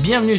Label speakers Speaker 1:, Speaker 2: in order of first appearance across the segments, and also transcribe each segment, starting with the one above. Speaker 1: Bienvenue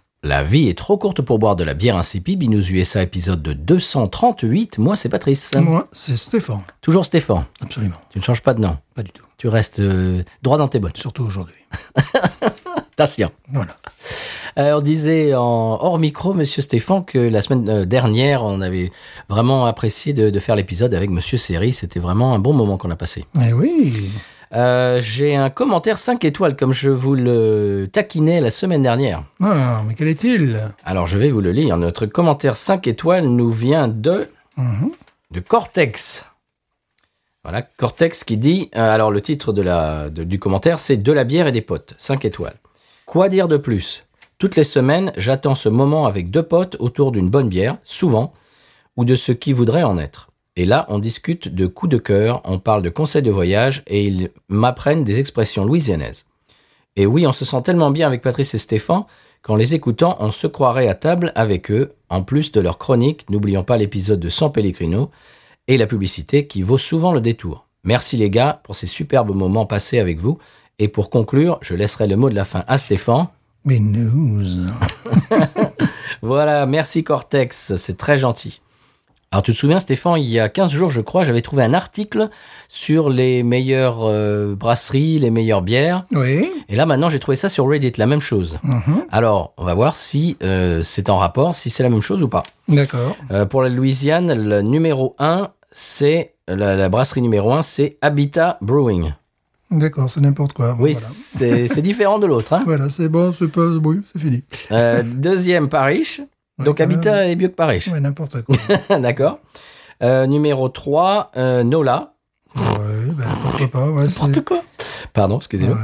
Speaker 1: La vie est trop courte pour boire de la bière insipide. Binous USA épisode de 238. Moi, c'est Patrice.
Speaker 2: Moi, c'est Stéphane.
Speaker 1: Toujours Stéphane.
Speaker 2: Absolument.
Speaker 1: Tu ne changes pas de nom.
Speaker 2: Pas du tout.
Speaker 1: Tu restes euh, droit dans tes bottes.
Speaker 2: Surtout aujourd'hui.
Speaker 1: Attention.
Speaker 2: Voilà.
Speaker 1: Euh, on disait en hors micro, Monsieur Stéphane, que la semaine euh, dernière, on avait vraiment apprécié de, de faire l'épisode avec Monsieur Seri. C'était vraiment un bon moment qu'on a passé.
Speaker 2: Eh oui.
Speaker 1: Euh, J'ai un commentaire 5 étoiles, comme je vous le taquinais la semaine dernière.
Speaker 2: Ah, mais quel est-il
Speaker 1: Alors, je vais vous le lire. Notre commentaire 5 étoiles nous vient de...
Speaker 2: Mhm.
Speaker 1: de Cortex. Voilà, Cortex qui dit, euh, alors le titre de la, de- du commentaire, c'est De la bière et des potes, 5 étoiles. Quoi dire de plus Toutes les semaines, j'attends ce moment avec deux potes autour d'une bonne bière, souvent, ou de ce qui voudrait en être. Et là, on discute de coups de cœur, on parle de conseils de voyage et ils m'apprennent des expressions louisianaises. Et oui, on se sent tellement bien avec Patrice et Stéphane qu'en les écoutant, on se croirait à table avec eux, en plus de leur chronique, n'oublions pas l'épisode de San Pellegrino, et la publicité qui vaut souvent le détour. Merci les gars pour ces superbes moments passés avec vous. Et pour conclure, je laisserai le mot de la fin à Stéphane.
Speaker 2: Mais news.
Speaker 1: Voilà, merci Cortex, c'est très gentil. Alors tu te souviens Stéphane, il y a 15 jours je crois, j'avais trouvé un article sur les meilleures euh, brasseries, les meilleures bières.
Speaker 2: Oui.
Speaker 1: Et là maintenant j'ai trouvé ça sur Reddit, la même chose.
Speaker 2: Mhm.
Speaker 1: Alors on va voir si euh, c'est en rapport, si c'est la même chose ou pas.
Speaker 2: D'accord.
Speaker 1: Euh, pour la Louisiane, le numéro 1, c'est la, la brasserie numéro 1, c'est Habitat Brewing.
Speaker 2: D'accord, c'est n'importe quoi. Bon,
Speaker 1: Oui,
Speaker 2: Voilà.
Speaker 1: c'est c'est différent de l'autre. hein.
Speaker 2: Voilà, c'est bon, c'est pas. Oui, c'est fini.
Speaker 1: Euh, deuxième, Paris.
Speaker 2: Ouais,
Speaker 1: Donc
Speaker 2: quand même.
Speaker 1: Habitat est mieux que Paris.
Speaker 2: Ouais, n'importe quoi.
Speaker 1: D'accord. Euh, numéro 3, Nola.
Speaker 2: ouais, ben pourquoi pas. Ouais, c'est.
Speaker 1: quoi Pardon, excusez-moi.
Speaker 2: Ouais.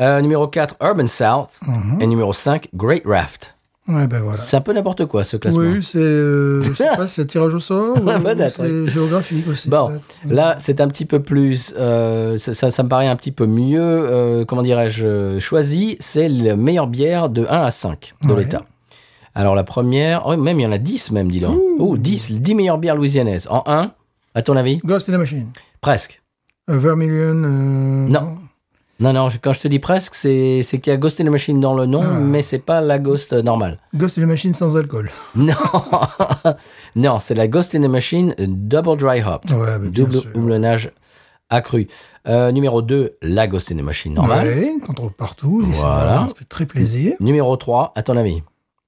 Speaker 1: Euh, numéro 4, Urban South.
Speaker 2: Mhm.
Speaker 1: Et numéro 5, Great Raft.
Speaker 2: Ouais, ben voilà.
Speaker 1: C'est un peu n'importe quoi ce classement.
Speaker 2: Oui, c'est. euh, je sais pas, c'est tirage au sort ou,
Speaker 1: Peut-être,
Speaker 2: c'est géographique aussi.
Speaker 1: Bon,
Speaker 2: peut-être.
Speaker 1: là, c'est un petit peu plus. euh, ça, ça- ça me paraît un petit peu mieux, euh, comment dirais-je, euh, choisi. C'est la meilleure bière de 1 à 5 de
Speaker 2: Ouais.
Speaker 1: l'État. Alors, la première, oh, même il y en a 10, même, dis donc. Oh, 10, 10 meilleures bières louisianaises. En 1, à ton avis
Speaker 2: Ghost in the Machine.
Speaker 1: Presque.
Speaker 2: Euh, Vermilion. euh,
Speaker 1: Non. Non, non, je- quand je te dis presque, c'est c'est qu'il y a Ghost in the Machine dans le nom,
Speaker 2: Ah.
Speaker 1: mais c'est pas la Ghost euh, normale.
Speaker 2: Ghost in the Machine sans alcool.
Speaker 1: Non, non, c'est la Ghost in the Machine Double Dry Hop.
Speaker 2: Ouais, ben, bien
Speaker 1: double
Speaker 2: sûr.
Speaker 1: houblonnage accru. Euh, numéro 2, la Ghost in the Machine normale.
Speaker 2: Ouais, qu'on trouve partout. et c'est
Speaker 1: Voilà.
Speaker 2: vraiment- Ça fait très plaisir.
Speaker 1: Numéro 3, à ton avis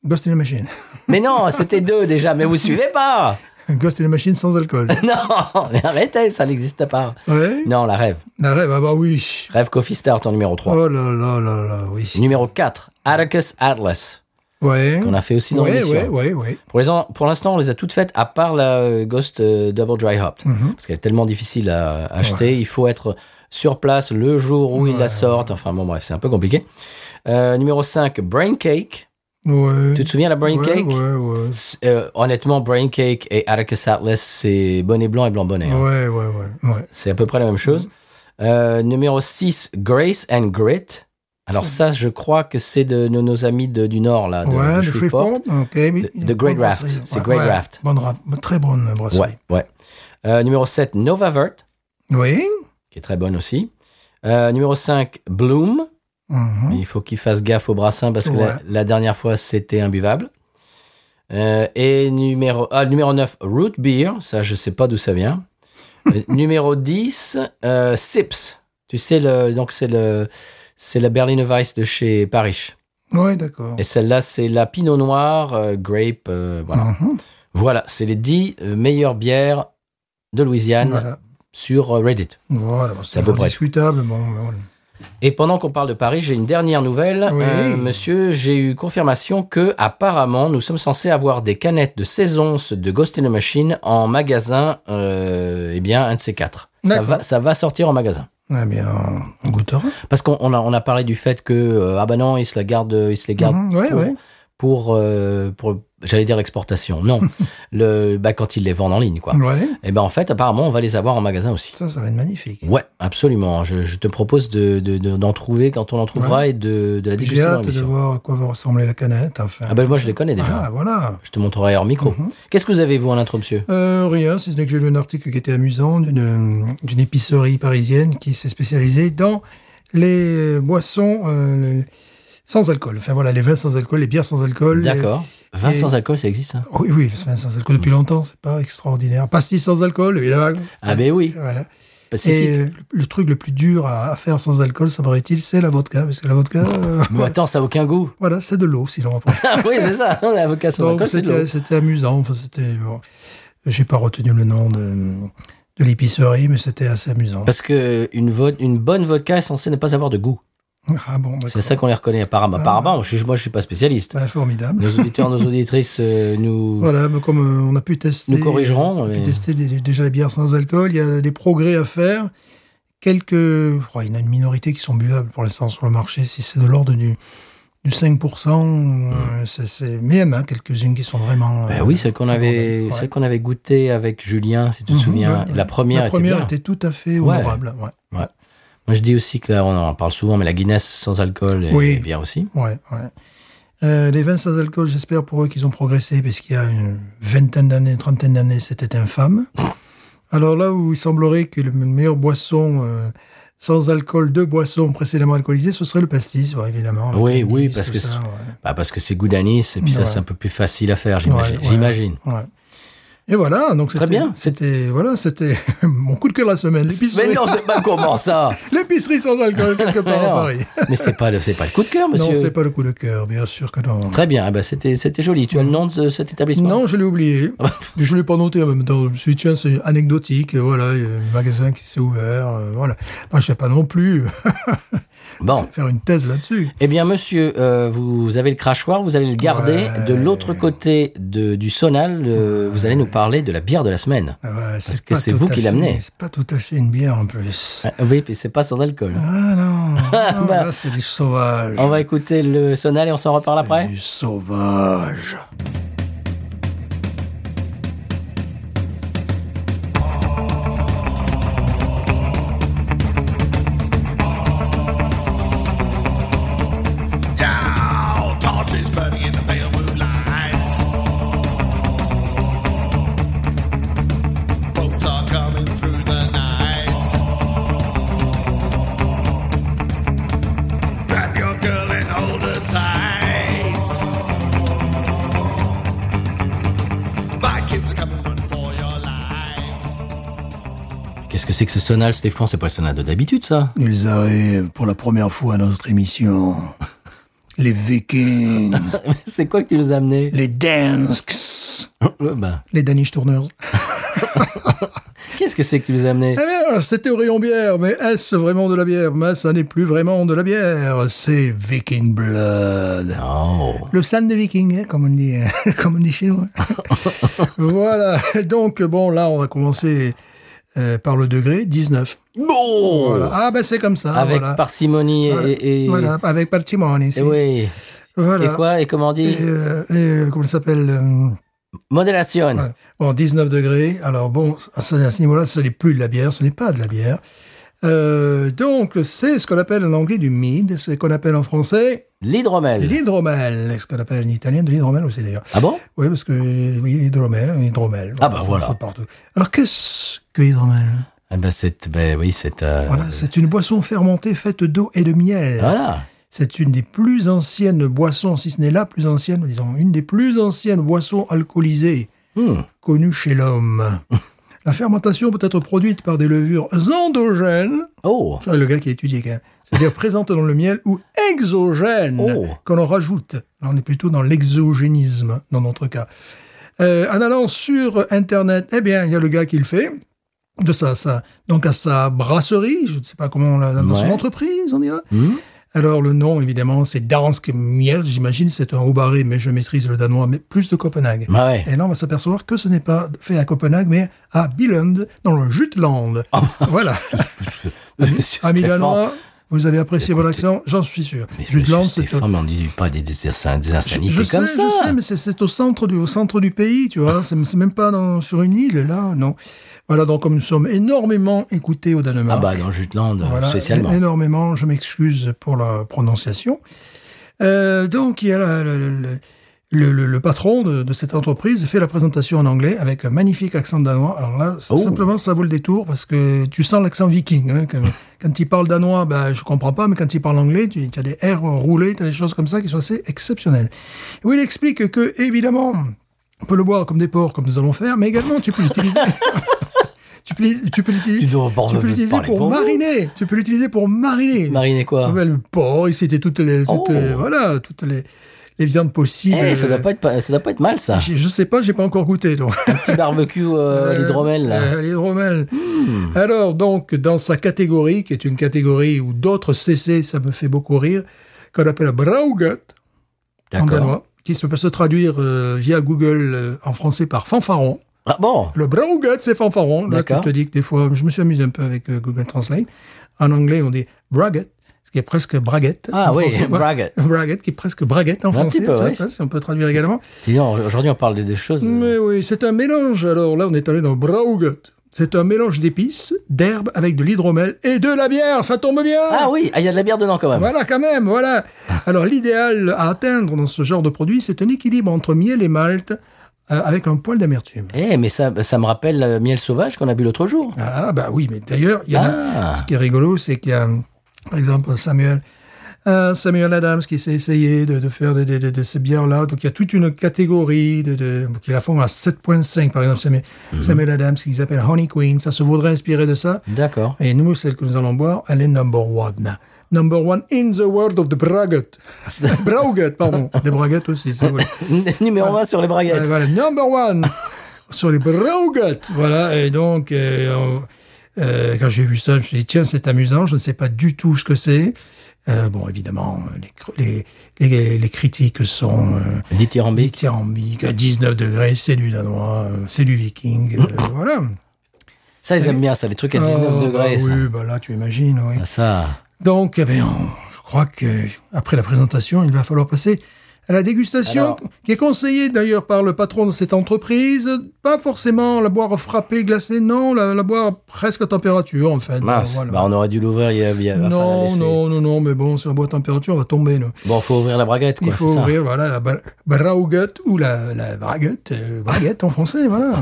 Speaker 2: Ghost in the Machine.
Speaker 1: Mais non, c'était deux déjà, mais vous suivez pas
Speaker 2: Ghost in the Machine sans alcool.
Speaker 1: Non, mais arrêtez, ça n'existe pas.
Speaker 2: Ouais.
Speaker 1: Non, la rêve.
Speaker 2: La rêve, ah bah oui.
Speaker 1: Rêve Coffee Star, ton numéro 3.
Speaker 2: Oh là là là là, oui.
Speaker 1: Numéro 4, Atticus Atlas,
Speaker 2: Ouais.
Speaker 1: qu'on a fait aussi dans
Speaker 2: Ouais,
Speaker 1: l'émission.
Speaker 2: ouais, ouais, ouais.
Speaker 1: Pour les en- Pour l'instant, on les a toutes faites, à part la euh, Ghost euh, Double Dry Hop.
Speaker 2: Mhm.
Speaker 1: Parce qu'elle est tellement difficile à acheter. Il faut être sur place le jour où ils la sortent. Enfin, bon, bref, c'est un peu compliqué. Euh, numéro 5, Brain Cake.
Speaker 2: Ouais.
Speaker 1: Tu te souviens la Brain
Speaker 2: Ouais,
Speaker 1: Cake
Speaker 2: Ouais, ouais.
Speaker 1: C'est- euh, Honnêtement, Brain Cake et Atticus Atlas, c'est bonnet blanc et blanc bonnet. hein.
Speaker 2: Ouais, ouais, ouais. ouais.
Speaker 1: C'est à peu près la même chose. Euh, numéro 6, Grace and Grit. Alors ça, je crois que c'est de, nos- nos amis de- du Nord, là, de,
Speaker 2: ouais,
Speaker 1: Ah, de
Speaker 2: le
Speaker 1: Shreveport.
Speaker 2: Shreveport, ok. mais-
Speaker 1: The- The
Speaker 2: bonne
Speaker 1: Great Raft.
Speaker 2: brasserie.
Speaker 1: C'est Great Raft.
Speaker 2: Bonne ra- très bonne brasserie.
Speaker 1: Ouais, ouais. Euh, numéro 7, Novavert,
Speaker 2: Oui.
Speaker 1: qui est très bonne aussi. Euh, numéro 5, Bloom.
Speaker 2: Mhm.
Speaker 1: Il faut qu'il fasse gaffe au brassin parce que
Speaker 2: Ouais.
Speaker 1: la, la dernière fois, c'était imbuvable. Euh, et numéro, ah, numéro 9, Root Beer. Ça, je sais pas d'où ça vient. Euh, numéro 10, euh, Sips. Tu sais, le, donc c'est le. C'est la Berliner Weiss de chez Paris.
Speaker 2: Ouais, d'accord.
Speaker 1: Et celle-là, c'est la Pinot Noir, euh, Grape. euh, voilà,
Speaker 2: Mhm.
Speaker 1: voilà c'est les 10 euh, meilleures bières de Louisiane
Speaker 2: Voilà.
Speaker 1: sur euh, Reddit.
Speaker 2: Voilà, bon,
Speaker 1: à
Speaker 2: c'est
Speaker 1: peu près.
Speaker 2: discutable. Bon, mais voilà.
Speaker 1: Et pendant qu'on parle de Paris, j'ai une dernière nouvelle. Euh,
Speaker 2: Oui.
Speaker 1: monsieur, j'ai eu confirmation que, apparemment, nous sommes censés avoir des canettes de saison de Ghost in the Machine en magasin, euh, eh bien, un de ces quatre. Ça
Speaker 2: D'accord.
Speaker 1: va, ça va sortir en magasin.
Speaker 2: Eh bien, on goûtera.
Speaker 1: Parce qu'on on a, on a bah parlé du fait que, euh, ah ben non, euh, ils se, la gardent, ils se les gardent
Speaker 2: Mhm, ouais,
Speaker 1: pour,
Speaker 2: ouais.
Speaker 1: pour, euh, pour, J'allais dire l'exportation. Non. le, bah, quand ils les vendent en ligne, quoi.
Speaker 2: Ouais.
Speaker 1: Et ben, en fait, apparemment, on va les avoir en magasin aussi.
Speaker 2: Ça, ça va être magnifique.
Speaker 1: Ouais, absolument. Je, je te propose de, de- de- d'en trouver quand on en trouvera et de, de la
Speaker 2: Puis J'ai
Speaker 1: déguster dans
Speaker 2: hâte de
Speaker 1: l'émission.
Speaker 2: voir à quoi va ressembler la canette. Enfin.
Speaker 1: Ah ben, moi, je les connais déjà.
Speaker 2: Ah, Mhm. voilà.
Speaker 1: Je te montrerai hors micro. Qu'est-ce que vous avez, vous, en intro, monsieur
Speaker 2: Euh, rien, si ce n'est que j'ai lu un article qui était amusant d'une d'une épicerie parisienne qui s'est spécialisée dans les boissons euh, sans alcool. Enfin voilà, les vins sans alcool, les bières sans alcool. Euh, les-
Speaker 1: D'accord. Mm. Vin sans alcool, ça existe, ça
Speaker 2: Oui, oui, les vins sans alcool depuis longtemps, c'est pas extraordinaire. Pastis sans alcool, évidemment.
Speaker 1: Ah ben oui,
Speaker 2: Voilà.
Speaker 1: pacifique.
Speaker 2: Et euh, le le truc le plus dur à, à faire sans alcool, semblerait-il, c'est la vodka. Parce que la vodka, euh,
Speaker 1: Mais attends, ça n'a aucun goût.
Speaker 2: voilà, c'est de l'eau, si l'on reprend.
Speaker 1: Ah oui, c'est ça. On a vocation
Speaker 2: Donc,
Speaker 1: d'alcool, c'est de l'eau.
Speaker 2: c'était, c'était amusant. Enfin, c'était, bon, j'ai pas retenu le nom de, de l'épicerie, mais c'était assez amusant.
Speaker 1: Parce que une, vo- une bonne vodka est censée ne pas avoir de goût.
Speaker 2: Ah bon, d'accord. Ah.
Speaker 1: C'est ça qu'on les reconnaît apparemment. Apparemment, je, suis- moi, je suis pas spécialiste.
Speaker 2: Bah, formidable.
Speaker 1: Nos auditeurs, nos auditrices, euh, nous.
Speaker 2: Voilà, mais comme euh, on a pu tester,
Speaker 1: Nous corrigerons,
Speaker 2: on a pu
Speaker 1: mais-
Speaker 2: tester des- déjà les bières sans alcool. Il y a des progrès à faire. Quelques, je crois, il y en a une minorité qui sont buvables pour l'instant sur le marché. Si c'est de l'ordre du, du 5%, euh, c'est, c'est- mais il y en a quelques-unes qui sont vraiment.
Speaker 1: Ben
Speaker 2: euh,
Speaker 1: Hmm. oui, celle qu'on avait,
Speaker 2: abordables. Ouais.
Speaker 1: celle qu'on avait goûtée avec Julien, si tu te
Speaker 2: Mhm,
Speaker 1: souviens.
Speaker 2: ouais, ouais.
Speaker 1: La première,
Speaker 2: la première
Speaker 1: était, bien.
Speaker 2: était, tout à fait honorable. Ouais.
Speaker 1: Moi, je dis aussi que là, on en parle souvent, mais la Guinness sans alcool est
Speaker 2: Oui.
Speaker 1: bien aussi.
Speaker 2: Ouais, ouais. Euh, les vins sans alcool, j'espère pour eux qu'ils ont progressé, parce qu'il y a une vingtaine d'années, une trentaine d'années, c'était infâme. Alors là où il semblerait que le meilleur boisson euh, sans alcool de boisson précédemment alcoolisée, ce serait le pastis, ouais, évidemment. avec
Speaker 1: Oui,
Speaker 2: l'anis,
Speaker 1: oui, parce
Speaker 2: tout
Speaker 1: que
Speaker 2: ça,
Speaker 1: Bah, parce que c'est goût d'anis, et puis ça,
Speaker 2: Ouais.
Speaker 1: c'est un peu plus facile à faire, j'imagine.
Speaker 2: Ouais, ouais.
Speaker 1: J'imagine.
Speaker 2: ouais, ouais. Et voilà, donc
Speaker 1: Très
Speaker 2: c'était,
Speaker 1: bien.
Speaker 2: c'était, voilà, c'était mon coup de cœur de la semaine,
Speaker 1: Mais
Speaker 2: l'épicerie,
Speaker 1: non, c'est pas comment ça
Speaker 2: l'épicerie sans alcool quelque part
Speaker 1: Mais
Speaker 2: à
Speaker 1: non.
Speaker 2: Paris.
Speaker 1: Mais c'est pas, le- c'est pas le coup de cœur,
Speaker 2: Non,
Speaker 1: monsieur.
Speaker 2: c'est pas le coup de cœur, bien sûr que non.
Speaker 1: Très bien, Ah bah, c'était, c'était joli. Tu as le nom de ce- cet établissement
Speaker 2: Mm. Non, je l'ai oublié. je l'ai pas noté en même temps. Je me suis dit, tiens, c'est anecdotique. et Voilà, il y a un magasin qui s'est ouvert. euh, voilà. Non, je sais pas non plus
Speaker 1: Bon.
Speaker 2: faire une thèse là-dessus.
Speaker 1: Eh bien, monsieur, euh, vous, vous avez le crachoir, vous allez le garder.
Speaker 2: Ouais.
Speaker 1: De l'autre côté de, du sonal, euh, vous allez nous parler de la bière de la semaine.
Speaker 2: Ah ouais, c'est
Speaker 1: que
Speaker 2: pas
Speaker 1: c'est
Speaker 2: tout
Speaker 1: vous
Speaker 2: à
Speaker 1: qui
Speaker 2: fait-
Speaker 1: l'amenez.
Speaker 2: C'est pas tout à fait une bière en plus.
Speaker 1: Ah, oui, puis c'est pas sans alcool.
Speaker 2: Ah non, non,
Speaker 1: Bah,
Speaker 2: là c'est du sauvage.
Speaker 1: On va écouter le sonal et on s'en reparle après.
Speaker 2: Du sauvage.
Speaker 3: Now, torches burning in the pale moonlight. Boats are coming through the night. Grab your girl and hold her tight. My kids are coming running for your life.
Speaker 1: Qu'est-ce que c'est que ce sonal, Stéphane C'est pas le sonal de d'habitude, ça
Speaker 2: Ils arrivent pour la première fois à notre émission. Les Vikings,
Speaker 1: C'est quoi que tu nous as amené
Speaker 2: les Dansks,
Speaker 1: Euh, ben,
Speaker 2: les Danish Tourneurs.
Speaker 1: Qu'est-ce que c'est que tu nous as amené
Speaker 2: Alors, c'était au rayon bière, mais est-ce vraiment de la bière Mais ça n'est plus vraiment de la bière, c'est Viking Blood.
Speaker 1: Oh
Speaker 2: Le sang des Vikings, hein, comme on dit, comme on dit chez nous. hein. voilà, donc bon, là, on va commencer euh, par le degré 19.
Speaker 1: Bon
Speaker 2: Voilà. Ah ben c'est comme ça,
Speaker 1: Avec
Speaker 2: voilà.
Speaker 1: parcimonie et-
Speaker 2: Voilà.
Speaker 1: et... et-
Speaker 2: Voilà, avec parcimonie.
Speaker 1: et
Speaker 2: si.
Speaker 1: oui.
Speaker 2: Voilà.
Speaker 1: Et quoi Et comment on dit
Speaker 2: Et, euh, et, euh, comment ça s'appelle euh,
Speaker 1: Modélation.
Speaker 2: Ouais. Bon, 19 degrés. Alors bon, à ce, à ce niveau-là, ce n'est plus de la bière, ce n'est pas de la bière. Euh, donc, c'est ce qu'on appelle en anglais du mead, ce qu'on appelle en français
Speaker 1: L'hydromel.
Speaker 2: l'hydromel, ce qu'on appelle en italien de l'hydromel aussi d'ailleurs.
Speaker 1: Ah bon
Speaker 2: Oui, parce que oui, hydromel, hydromel.
Speaker 1: Ah bah
Speaker 2: on
Speaker 1: voilà.
Speaker 2: trouve Partout. Alors qu'est-ce que l'hydromel
Speaker 1: Ah ben c'est... Ben oui, c'est... euh, Ah
Speaker 2: Voilà, c'est une boisson fermentée faite d'eau et de miel.
Speaker 1: Voilà.
Speaker 2: C'est une des plus anciennes boissons, si ce n'est la plus ancienne, disons, une des plus anciennes boissons alcoolisées
Speaker 1: Hmm.
Speaker 2: connues chez l'homme. La fermentation peut être produite par des levures endogènes,
Speaker 1: Oh
Speaker 2: c'est le gars qui étudie, quand même, c'est-à-dire présentes dans le miel, ou exogènes,
Speaker 1: Oh.
Speaker 2: qu'on en rajoute. Là, on est plutôt dans l'exogénisme, dans notre cas. Euh, en allant sur Internet, eh bien, il y a le gars qui le fait, de sa, sa- donc à sa brasserie, je ne sais pas comment, on l'a- dans son
Speaker 1: Ouais.
Speaker 2: entreprise, on dirait.
Speaker 1: Hmm.
Speaker 2: Alors le nom, évidemment, c'est Dansk Miel. J'imagine c'est un haut barré, mais je maîtrise le danois, mais plus de Copenhague.
Speaker 1: Bah ouais.
Speaker 2: Et là, on va s'apercevoir que ce n'est pas fait à Copenhague, mais
Speaker 1: Ah.
Speaker 2: à Billund, dans le Jutland. voilà.
Speaker 1: Monsieur
Speaker 2: Ami
Speaker 1: Stéphane.
Speaker 2: danois, Vous avez apprécié mon accent, j'en suis sûr.
Speaker 1: Mais
Speaker 2: Jude
Speaker 1: monsieur
Speaker 2: Law, c'est au-
Speaker 1: Stéphane, on ne dit pas des, des, des insanités
Speaker 2: je sais,
Speaker 1: comme ça.
Speaker 2: Je sais, mais c'est- c'est au centre du au centre du pays, tu vois. c'est c'est même pas dans- sur une île là, non. Voilà, donc comme nous sommes énormément écoutés au
Speaker 1: Ah
Speaker 2: Danemark.
Speaker 1: bah dans Jutland euh,
Speaker 2: Voilà,
Speaker 1: spécialement.
Speaker 2: é- Énormément, je m'excuse pour la prononciation. Euh, donc, il y a la- le, le- le- le- le patron de, de cette entreprise fait la présentation en anglais avec un magnifique accent danois. Alors là, c'est
Speaker 1: Oh.
Speaker 2: simplement, ça vaut le détour parce que tu sens l'accent viking. hein, quand, quand il parle danois, bah, je comprends pas, mais quand il parle anglais, tu as des R roulés, tu as des choses comme ça qui sont assez exceptionnelles. Oui, il explique que, évidemment, on peut le boire comme des porcs, comme nous allons faire, mais également, tu peux l'utiliser. Tu peux, l'utiliser- tu peux l'utiliser
Speaker 1: Tu dois pas
Speaker 2: tu peux
Speaker 1: me
Speaker 2: l'utiliser
Speaker 1: parler
Speaker 2: pour,
Speaker 1: pour vous.
Speaker 2: mariner. Tu peux l'utiliser pour mariner.
Speaker 1: Mariner quoi
Speaker 2: Ouais, le porc, et c'était toutes les, toutes
Speaker 1: Oh.
Speaker 2: les- voilà, toutes les, les viandes possibles.
Speaker 1: Eh, ça doit pas Ah, être pas- ça doit pas être mal ça.
Speaker 2: Je, je sais pas, j'ai pas encore goûté donc.
Speaker 1: Un petit barbecue euh, à l'hydromel là. Hmm.
Speaker 2: Euh, à l'hydromel. Alors donc dans sa catégorie, qui est une catégorie où d'autres CC, ça me fait beaucoup rire, qu'on appelle braugat en
Speaker 1: D'accord.
Speaker 2: danois, qui se peut se traduire euh, via Google euh, en français par fanfaron.
Speaker 1: Ah bon
Speaker 2: Le braugat, c'est fanfaron. Là, tu
Speaker 1: D'accord.
Speaker 2: te dis que des fois, je me suis amusé un peu avec euh, Google Translate. En anglais, on dit braguette, ce qui est presque braguette.
Speaker 1: Ah
Speaker 2: en
Speaker 1: oui,
Speaker 2: français. Ouais.
Speaker 1: braguette.
Speaker 2: Braguette, qui est presque braguette en
Speaker 1: Un
Speaker 2: français.
Speaker 1: petit peu,
Speaker 2: tu vois,
Speaker 1: oui.
Speaker 2: ça, si on peut traduire également.
Speaker 1: Sinon, aujourd'hui on parle de des choses. euh,
Speaker 2: Mais oui, c'est un mélange. Alors là, on est allé dans braugat. C'est un mélange d'épices, d'herbes avec de l'hydromel et de la bière. Ça tombe bien.
Speaker 1: Ah oui, ah, il y a de la bière dedans quand même.
Speaker 2: Voilà, quand même, voilà. Alors, l'idéal à atteindre dans ce genre de produit, c'est un équilibre entre miel et malt euh, avec un poil d'amertume.
Speaker 1: Eh, mais ça, ça me rappelle le miel sauvage qu'on a bu l'autre jour.
Speaker 2: Ah bah oui, mais d'ailleurs, il y en
Speaker 1: Ah.
Speaker 2: a. Ce qui est rigolo, c'est qu'il y a, par exemple, Samuel. euh, Samuel Adams qui s'est essayé de, de faire de, de- de- de ces bières-là. Donc, il y a toute une catégorie de, de, qui la font à 7.5, par exemple. Samuel, Samuel Adams, qu'ils appellent Honey Queen. Ça se voudrait inspirer de ça.
Speaker 1: D'accord.
Speaker 2: Et nous, celle que nous allons boire, elle est number one. Number one in the world of the braggot. braugat, pardon. Des braguettes aussi, si vous voulez.
Speaker 1: Numéro 1 sur les braguettes.
Speaker 2: Ouais, voilà, number one sur les Braugat. Voilà, et donc, euh, on- euh, quand j'ai vu ça, je me suis dit, tiens, c'est amusant, je ne sais pas du tout ce que c'est. Euh, bon, évidemment, les, cr- les, les, les critiques sont euh,
Speaker 1: Dithyrambique.
Speaker 2: dithyrambiques, à 19 degrés, c'est du danois, euh, c'est du viking, euh, voilà.
Speaker 1: Ça, ils aiment bien ça, les trucs à 19
Speaker 2: Ah,
Speaker 1: degrés.
Speaker 2: bah
Speaker 1: ça.
Speaker 2: oui, bah là, tu imagines, oui.
Speaker 1: Ah, ça.
Speaker 2: Donc, eh bien, on- je crois que après la présentation, il va falloir passer à la dégustation,
Speaker 1: Alors-
Speaker 2: qui est conseillée d'ailleurs par le patron de cette entreprise. Pas forcément la boire frappée, glacée, non, la, la boire presque à température, en fait.
Speaker 1: Mince.
Speaker 2: Voilà.
Speaker 1: Bah, on aurait dû l'ouvrir il y a. il y a- enfin, la
Speaker 2: non,
Speaker 1: laisser.
Speaker 2: non, non, non, mais bon, si on boit à température, on va tomber, nous.
Speaker 1: Bon, faut ouvrir la braguette,
Speaker 2: Il
Speaker 1: quoi,
Speaker 2: faut
Speaker 1: c'est ça.
Speaker 2: ouvrir, voilà, la bra- brauguette ou la, la braguette, euh, braguette en français, voilà.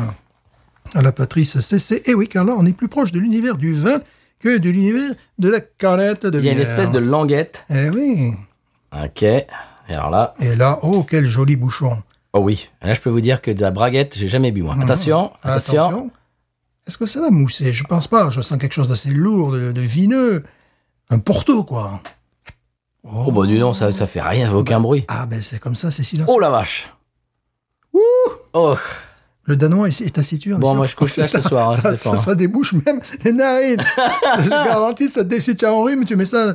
Speaker 2: À la Patrice CC. Et oui, car là, on est plus proche de l'univers du vin que de l'univers de la canette de
Speaker 1: Il y a une
Speaker 2: bière.
Speaker 1: espèce de languette.
Speaker 2: Eh oui.
Speaker 1: Ok. Et alors là.
Speaker 2: Et là, oh, quel joli bouchon.
Speaker 1: Oh oui. Là, je peux vous dire que de la braguette, j'ai jamais bu, moi. Attention,
Speaker 2: Ah,
Speaker 1: attention.
Speaker 2: Est-ce que ça va mousser Je pense pas. Je sens quelque chose d'assez lourd, de, de vineux. Un porto, quoi.
Speaker 1: Oh, bah, du non, ça, ça fait rien, aucun bruit.
Speaker 2: Ah, ben c'est comme ça, c'est silencieux.
Speaker 1: Oh la vache. Oh.
Speaker 2: Le Danois est, est taciturne.
Speaker 1: Bon,
Speaker 2: Ça,
Speaker 1: moi, je couche là ce
Speaker 2: ça-
Speaker 1: soir, hein,
Speaker 2: ça,
Speaker 1: c'est pas-
Speaker 2: ça, ça débouche même les narines. je garantis, ça, dé- si tu as un rhume, tu mets ça.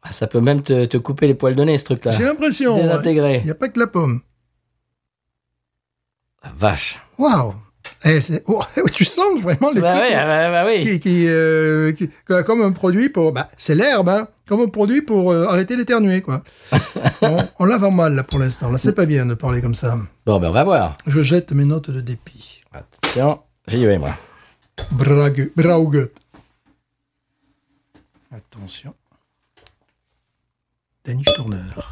Speaker 1: Ah, Ça peut même te, te couper les poils de nez, ce truc-là.
Speaker 2: J'ai l'impression. Il
Speaker 1: Ah. Désintégré.
Speaker 2: n'y a pas que la pomme.
Speaker 1: La Vache.
Speaker 2: Waouh. Eh, c'est- oh, tu sens vraiment les
Speaker 1: Bah
Speaker 2: trucs.
Speaker 1: oui, bah, bah oui.
Speaker 2: qui, qui, euh, qui- co- comme un produit pour bah, c'est l'herbe hein, comme un produit pour euh, arrêter l'éternuer quoi on, on l'a vraiment mal là pour l'instant là c'est pas bien de parler comme ça
Speaker 1: Bon, ben, on va voir.
Speaker 2: je jette mes notes de dépit
Speaker 1: Attention, j'y vais, moi.
Speaker 2: Brague, brauget attention Danish Tourneur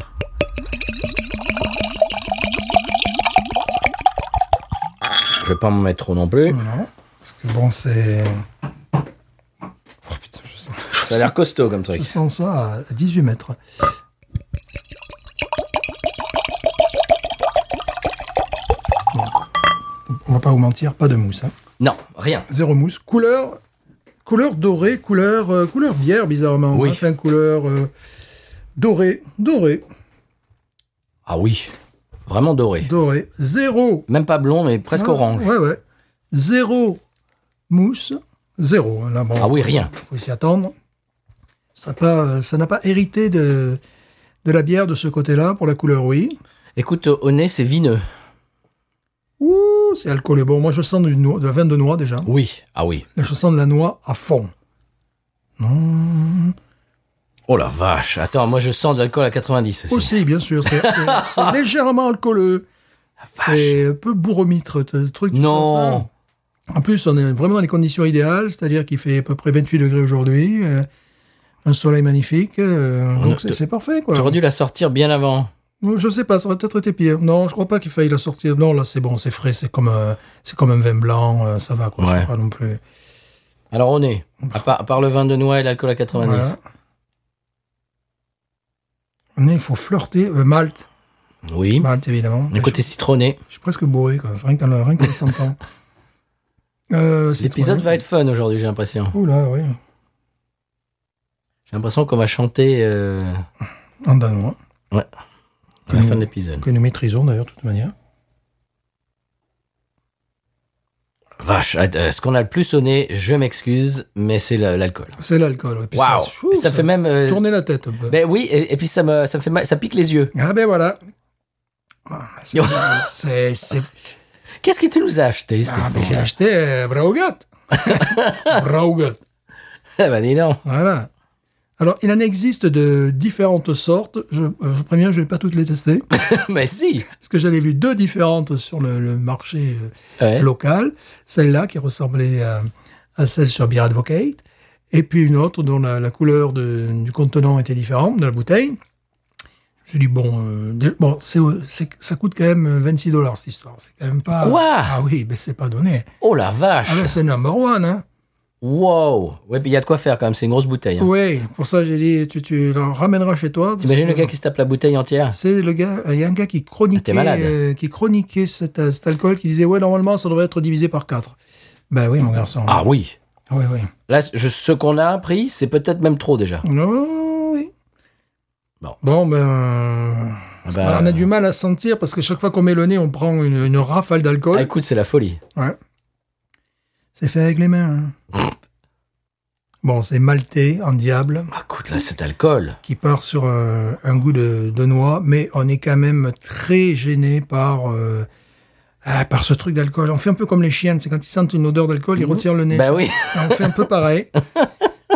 Speaker 1: Je vais pas m'en mettre trop non plus.
Speaker 2: non parce que bon c'est oh putain je sens,
Speaker 1: Ça a l'air costaud comme
Speaker 2: je
Speaker 1: truc.
Speaker 2: sens ça à 18 mètres Bon. on va pas vous mentir pas de mousse hein.
Speaker 1: Non, rien.
Speaker 2: Zéro mousse. Couleur, couleur dorée, couleur, euh, couleur bière bizarrement.
Speaker 1: Oui.
Speaker 2: Enfin, couleur euh, dorée, dorée,
Speaker 1: Ah oui. Vraiment doré.
Speaker 2: dorée. Zéro.
Speaker 1: Même pas blond, mais presque
Speaker 2: Ah,
Speaker 1: orange.
Speaker 2: Ouais, ouais. Zéro mousse, zéro. hein, Là, bon,
Speaker 1: Ah oui, rien.
Speaker 2: faut s'y attendre. Ça pas, euh, ça n'a pas hérité de de la bière de ce côté-là pour la couleur, oui.
Speaker 1: Écoute, euh, au nez, c'est vineux.
Speaker 2: Ouh, c'est alcoolé. Bon, moi je sens du noix, de la vin de noix déjà.
Speaker 1: Oui. Ah oui.
Speaker 2: Là, je sens de la noix à fond. Non.
Speaker 1: Oh la vache. Attends, moi je sens de l'alcool à 90. aussi.
Speaker 2: Aussi, bien sûr. C'est c'est- c'est légèrement alcooleux.
Speaker 1: Vache.
Speaker 2: C'est un peu bourromitre, ce truc. tu sens
Speaker 1: Non.
Speaker 2: ça. En plus, on est vraiment dans les conditions idéales, c'est-à-dire qu'il fait à peu près 28 degrés aujourd'hui, euh, un soleil magnifique, euh,
Speaker 1: On a-
Speaker 2: donc c'est c'est parfait. quoi.
Speaker 1: T'aurais dû la sortir bien avant.
Speaker 2: Euh, Je sais pas, ça aurait peut-être été pire. Non, je crois pas qu'il faille la sortir. Non, là c'est bon, c'est frais, c'est comme, euh, c'est comme un vin blanc, euh, ça va quoi,
Speaker 1: Ouais.
Speaker 2: c'est pas non plus.
Speaker 1: Alors on est. À part, à part le vin de noix et l'alcool à 90.
Speaker 2: Voilà. Mais il faut flirter. Euh, Malte,
Speaker 1: Oui.
Speaker 2: Malte évidemment.
Speaker 1: Le côté citronné.
Speaker 2: Bah, Je suis presque bourré, quoi. C'est Rien que dans le- rien que dans les 100 ans. Euh, c'est
Speaker 1: L'épisode
Speaker 2: trop
Speaker 1: va être fun aujourd'hui, j'ai l'impression.
Speaker 2: bien. Oula, oui.
Speaker 1: J'ai l'impression qu'on va chanter euh,
Speaker 2: En danois.
Speaker 1: à
Speaker 2: Mmh.
Speaker 1: la fin de l'épisode.
Speaker 2: Que nous maîtrisons d'ailleurs, de toute manière.
Speaker 1: Vache, euh, ce qu'on a le plus sonné, je m'excuse, mais c'est la- l'alcool.
Speaker 2: C'est l'alcool. ouais. Puis
Speaker 1: Waouh
Speaker 2: ça, chou,
Speaker 1: Ça, fait même. euh,
Speaker 2: Tourner la tête un peu.
Speaker 1: Ben oui, et, et puis ça me, ça me fait mal- ça pique les yeux.
Speaker 2: Ah ben voilà. Ah, c'est- C'est. c'est-
Speaker 1: Qu'est-ce que tu nous as acheté,
Speaker 2: Ah,
Speaker 1: Stéphane
Speaker 2: mais J'ai acheté euh, Braugat. Braugat.
Speaker 1: Ah ben dis donc.
Speaker 2: Voilà. Alors, il en existe de différentes sortes. Je, euh, je préviens, je ne vais pas toutes les tester.
Speaker 1: mais si.
Speaker 2: Parce que j'en ai vu deux différentes sur le, le marché euh,
Speaker 1: Ouais.
Speaker 2: locale, celle-là qui ressemblait à, à celle sur Beer Advocate, et puis une autre dont la, la couleur de- du contenant était différente, de la bouteille. Je me suis dit, bon, euh, dé- bon c'est- c'est- ça coûte quand même euh, 26 dollars cette histoire. C'est quand même pas.
Speaker 1: Quoi
Speaker 2: Ah oui, mais c'est pas donné.
Speaker 1: Oh la vache.
Speaker 2: Ah ben, c'est number one, hein.
Speaker 1: Wow. Ouais, puis il y a de quoi faire quand même. C'est une grosse bouteille. hein.
Speaker 2: Oui, pour ça j'ai dit, tu, tu le ramèneras chez toi. parce
Speaker 1: T'imagines le
Speaker 2: que-
Speaker 1: gars qui se tape la bouteille entière
Speaker 2: C'est le gars, il y a un gars qui
Speaker 1: t'es
Speaker 2: chroniquait,
Speaker 1: malade.
Speaker 2: euh, qui chroniquait cet, euh, cet alcool, qui disait, ouais, normalement, ça devrait être divisé par 4. Ben oui, mon garçon.
Speaker 1: Ah oui.
Speaker 2: Oui, oui.
Speaker 1: Là, je- ce qu'on a appris, c'est peut-être même trop déjà.
Speaker 2: Non, oui.
Speaker 1: Bon.
Speaker 2: ben,
Speaker 1: Ah
Speaker 2: c'est pas-
Speaker 1: bah,
Speaker 2: on a du mal à sentir parce que chaque fois qu'on met le nez, on prend une, une rafale
Speaker 1: ah,
Speaker 2: d'alcool.
Speaker 1: écoute, c'est la folie.
Speaker 2: Ouais. C'est fait avec les mains. hein. bon, c'est maltais en diable
Speaker 1: Ah, écoute, là, cet alcool.
Speaker 2: qui part sur euh, un goût de, de noix, mais on est quand même très gêné par euh, ah, par ce truc d'alcool. On fait un peu comme les chiens, c'est quand ils sentent une odeur d'alcool, ils retirent le nez.
Speaker 1: Bah oui,
Speaker 2: On fait un peu pareil.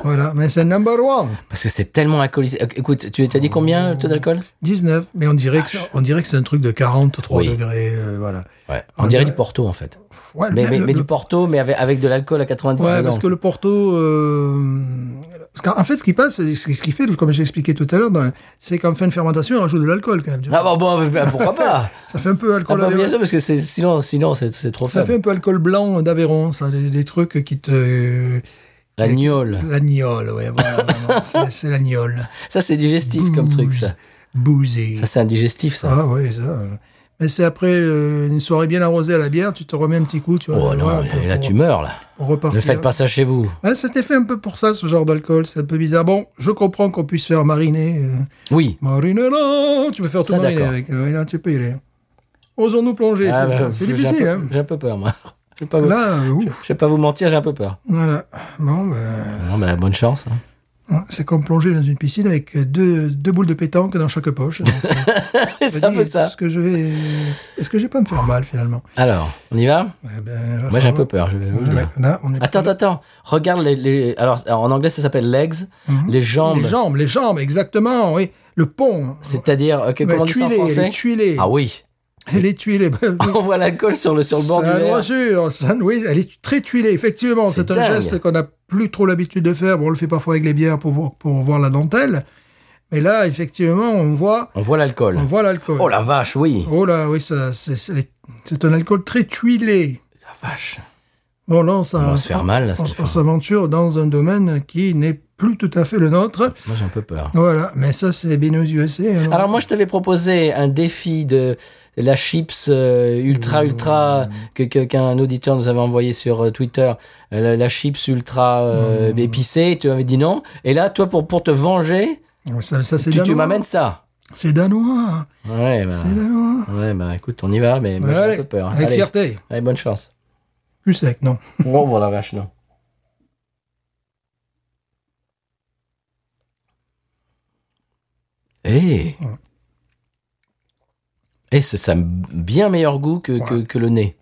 Speaker 2: voilà, mais c'est number one.
Speaker 1: parce que c'est tellement alcoolisé. Éc- Écoute, tu t'as dit combien le taux d'alcool
Speaker 2: 19, mais on dirait que c'est- on dirait que c'est un truc de 43
Speaker 1: Ah, Oui.
Speaker 2: degrés, euh, voilà.
Speaker 1: Ouais. On
Speaker 2: Ah,
Speaker 1: dirait
Speaker 2: bah,
Speaker 1: du Porto en fait.
Speaker 2: Ouais,
Speaker 1: Mais,
Speaker 2: le-
Speaker 1: mais,
Speaker 2: le-
Speaker 1: mais
Speaker 2: le-
Speaker 1: du Porto, mais avec, avec de l'alcool à 90
Speaker 2: Ouais,
Speaker 1: dedans.
Speaker 2: parce que le Porto, euh, parce qu'en en fait, ce qui passe, c'est- ce qui fait, comme j'ai expliqué tout à l'heure, dans- c'est qu'en fin de fermentation, on rajoute de l'alcool quand même. tu vois.
Speaker 1: Ah bon, bon, bah, pourquoi pas
Speaker 2: Ça fait un peu
Speaker 1: Ah
Speaker 2: alcool.
Speaker 1: bah, bien
Speaker 2: Aveyron.
Speaker 1: sûr, parce que c'est- sinon, sinon c'est c'est trop
Speaker 2: ça
Speaker 1: faible.
Speaker 2: fait un peu alcool blanc d'Aveyron, ça, les, les trucs qui te,
Speaker 1: La gnôle.
Speaker 2: la gnôle, ouais, voilà, vraiment, c'est- c'est la gnôle.
Speaker 1: Ça, c'est digestif comme truc, ça.
Speaker 2: Bousé.
Speaker 1: Ça, c'est indigestif, ça.
Speaker 2: Ah oui, ça. euh. Mais c'est après euh, une soirée bien arrosée à la bière, tu te remets un petit coup, tu vois.
Speaker 1: oh non,
Speaker 2: voilà,
Speaker 1: mais
Speaker 2: pour-
Speaker 1: là,
Speaker 2: pour-
Speaker 1: tu meurs, là.
Speaker 2: pour repartir.
Speaker 1: Ne faites pas ça chez vous.
Speaker 2: Ouais, c'était fait un peu pour ça, ce genre d'alcool. C'est un peu bizarre. Bon, je comprends qu'on puisse faire mariner. euh,
Speaker 1: Oui.
Speaker 2: mariner là Tu peux faire tout
Speaker 1: Ça,
Speaker 2: mariner
Speaker 1: d'accord.
Speaker 2: avec. euh, là, tu peux y aller. Osons-nous plonger.
Speaker 1: Ah,
Speaker 2: c'est
Speaker 1: bah,
Speaker 2: c'est
Speaker 1: j'ai un
Speaker 2: difficile,
Speaker 1: peu-
Speaker 2: hein.
Speaker 1: J'ai un peu peur, moi. Je vais pas,
Speaker 2: Parce
Speaker 1: vous-
Speaker 2: que Là, euh, ouf,
Speaker 1: je vais pas vous mentir, j'ai un peu peur.
Speaker 2: voilà. Bon, ben, euh,
Speaker 1: Non, bah, bonne chance. hein.
Speaker 2: c'est comme plonger dans une piscine avec deux, deux boules de pétanque dans chaque poche. Donc, c'est-
Speaker 1: c'est un peu ça.
Speaker 2: Est-ce que je vais, est-ce que je vais pas me faire mal finalement
Speaker 1: Alors, on y va
Speaker 2: Eh ben,
Speaker 1: Moi,
Speaker 2: va
Speaker 1: j'ai un
Speaker 2: falloir-
Speaker 1: peu peur, je vais vous le
Speaker 2: Ouais,
Speaker 1: dire.
Speaker 2: Là, on est
Speaker 1: Attends, attends, attends. Regarde les. les- Alors, alors, en anglais, ça s'appelle legs, les jambes.
Speaker 2: Mhm. Les jambes, les jambes, exactement. Oui, le pont.
Speaker 1: C'est-à-dire, euh, que-
Speaker 2: Ouais,
Speaker 1: comment on dit ça en
Speaker 2: tuiler,
Speaker 1: français
Speaker 2: les tuiler.
Speaker 1: Ah oui.
Speaker 2: Elle est tuilée. bah
Speaker 1: On voit l'alcool sur le, sur le bord du
Speaker 2: Ça,
Speaker 1: verre.
Speaker 2: bien sûr. Ça, oui, elle est très tuilée, effectivement.
Speaker 1: C'est
Speaker 2: C'est un
Speaker 1: dingue.
Speaker 2: geste qu'on n'a plus trop l'habitude de faire. Bon, on le fait parfois avec les bières pour voir, pour voir la dentelle. Mais là, effectivement, on voit,
Speaker 1: On voit l'alcool.
Speaker 2: on voit l'alcool.
Speaker 1: Oh la vache, oui.
Speaker 2: Oh là, oui, ça, c'est- c'est c'est un alcool très tuilé.
Speaker 1: La vache.
Speaker 2: Bon, non, ça.
Speaker 1: On va se faire mal, là,
Speaker 2: on-
Speaker 1: Stéphane.
Speaker 2: on s'aventure dans un domaine qui n'est plus tout à fait le nôtre.
Speaker 1: Moi, j'ai un peu peur.
Speaker 2: Voilà, mais ça, c'est Binous USA. alors.
Speaker 1: Alors moi, je t'avais proposé un défi de la chips euh,
Speaker 2: Mmh.
Speaker 1: ultra ultra que que- qu'un auditeur nous avait envoyé sur euh, Twitter, Euh, la, la chips ultra
Speaker 2: Mmh.
Speaker 1: euh, épicée. Tu avais dit non. Et là, toi, pour pour te venger,
Speaker 2: ça, ça, c'est
Speaker 1: tu, tu
Speaker 2: danois.
Speaker 1: m'amènes ça.
Speaker 2: C'est danois.
Speaker 1: Ouais, bah,
Speaker 2: C'est danois.
Speaker 1: ouais, bah écoute, on y va, mais moi,
Speaker 2: Ouais,
Speaker 1: j'ai
Speaker 2: allez,
Speaker 1: un peu peur.
Speaker 2: Avec
Speaker 1: Allez,
Speaker 2: fierté.
Speaker 1: allez, bonne chance.
Speaker 2: Plus sec, non.
Speaker 1: Bon, bon, la vache, non. Eh Eh, c'est ça a bien meilleur goût que, que, que le nez.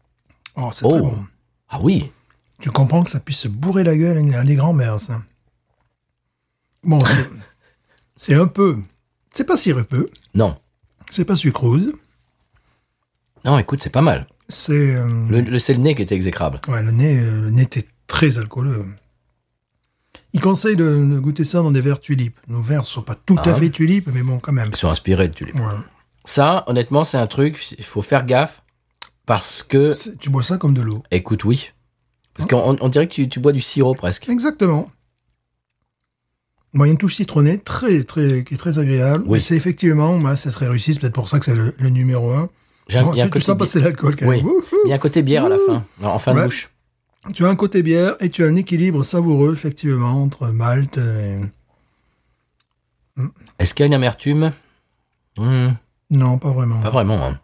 Speaker 2: Oh, c'est
Speaker 1: Oh
Speaker 2: très bon.
Speaker 1: Ah oui
Speaker 2: Tu comprends que ça puisse se bourrer la gueule à des grands-mères, ça. Bon, c'est- c'est un peu. C'est pas sirupeux,
Speaker 1: Non.
Speaker 2: c'est pas sucrose,
Speaker 1: Non, écoute, c'est pas mal.
Speaker 2: c'est. euh,
Speaker 1: Le, le- c'est le nez qui était exécrable.
Speaker 2: Ouais, le nez, euh, le nez était très alcooleux. Il conseille de, de goûter ça dans des verres tulipes. Nos verres sont pas tout à
Speaker 1: Ah.
Speaker 2: fait tulipes, mais bon, quand même.
Speaker 1: Ils sont inspirés de tulipe.
Speaker 2: Ouais.
Speaker 1: Ça, honnêtement, c'est un truc, il faut faire gaffe. Parce que,
Speaker 2: C'est- Tu bois ça comme de l'eau.
Speaker 1: écoute, oui. Parce
Speaker 2: Hein
Speaker 1: qu'on on dirait que tu, tu bois du sirop presque.
Speaker 2: Exactement. Bon, il y a une touche citronnée très, très, qui est très agréable.
Speaker 1: Oui.
Speaker 2: Et C'est effectivement, bah, c'est très réussi. C'est peut-être pour ça que c'est le, le numéro un.
Speaker 1: J'ai un-
Speaker 2: Bon,
Speaker 1: il y a un
Speaker 2: Oh, tu, tu
Speaker 1: côté
Speaker 2: sens
Speaker 1: bi-
Speaker 2: passer l'alcool quand même.
Speaker 1: Oui.
Speaker 2: Wouhou.
Speaker 1: il y a un côté bière à la fin, en fin de
Speaker 2: Ouais.
Speaker 1: bouche.
Speaker 2: Tu as un côté bière et tu as un équilibre savoureux, effectivement, entre malt et...
Speaker 1: Est-ce qu'il y a une amertume Hmm,
Speaker 2: Non, pas vraiment.
Speaker 1: Pas vraiment. hein.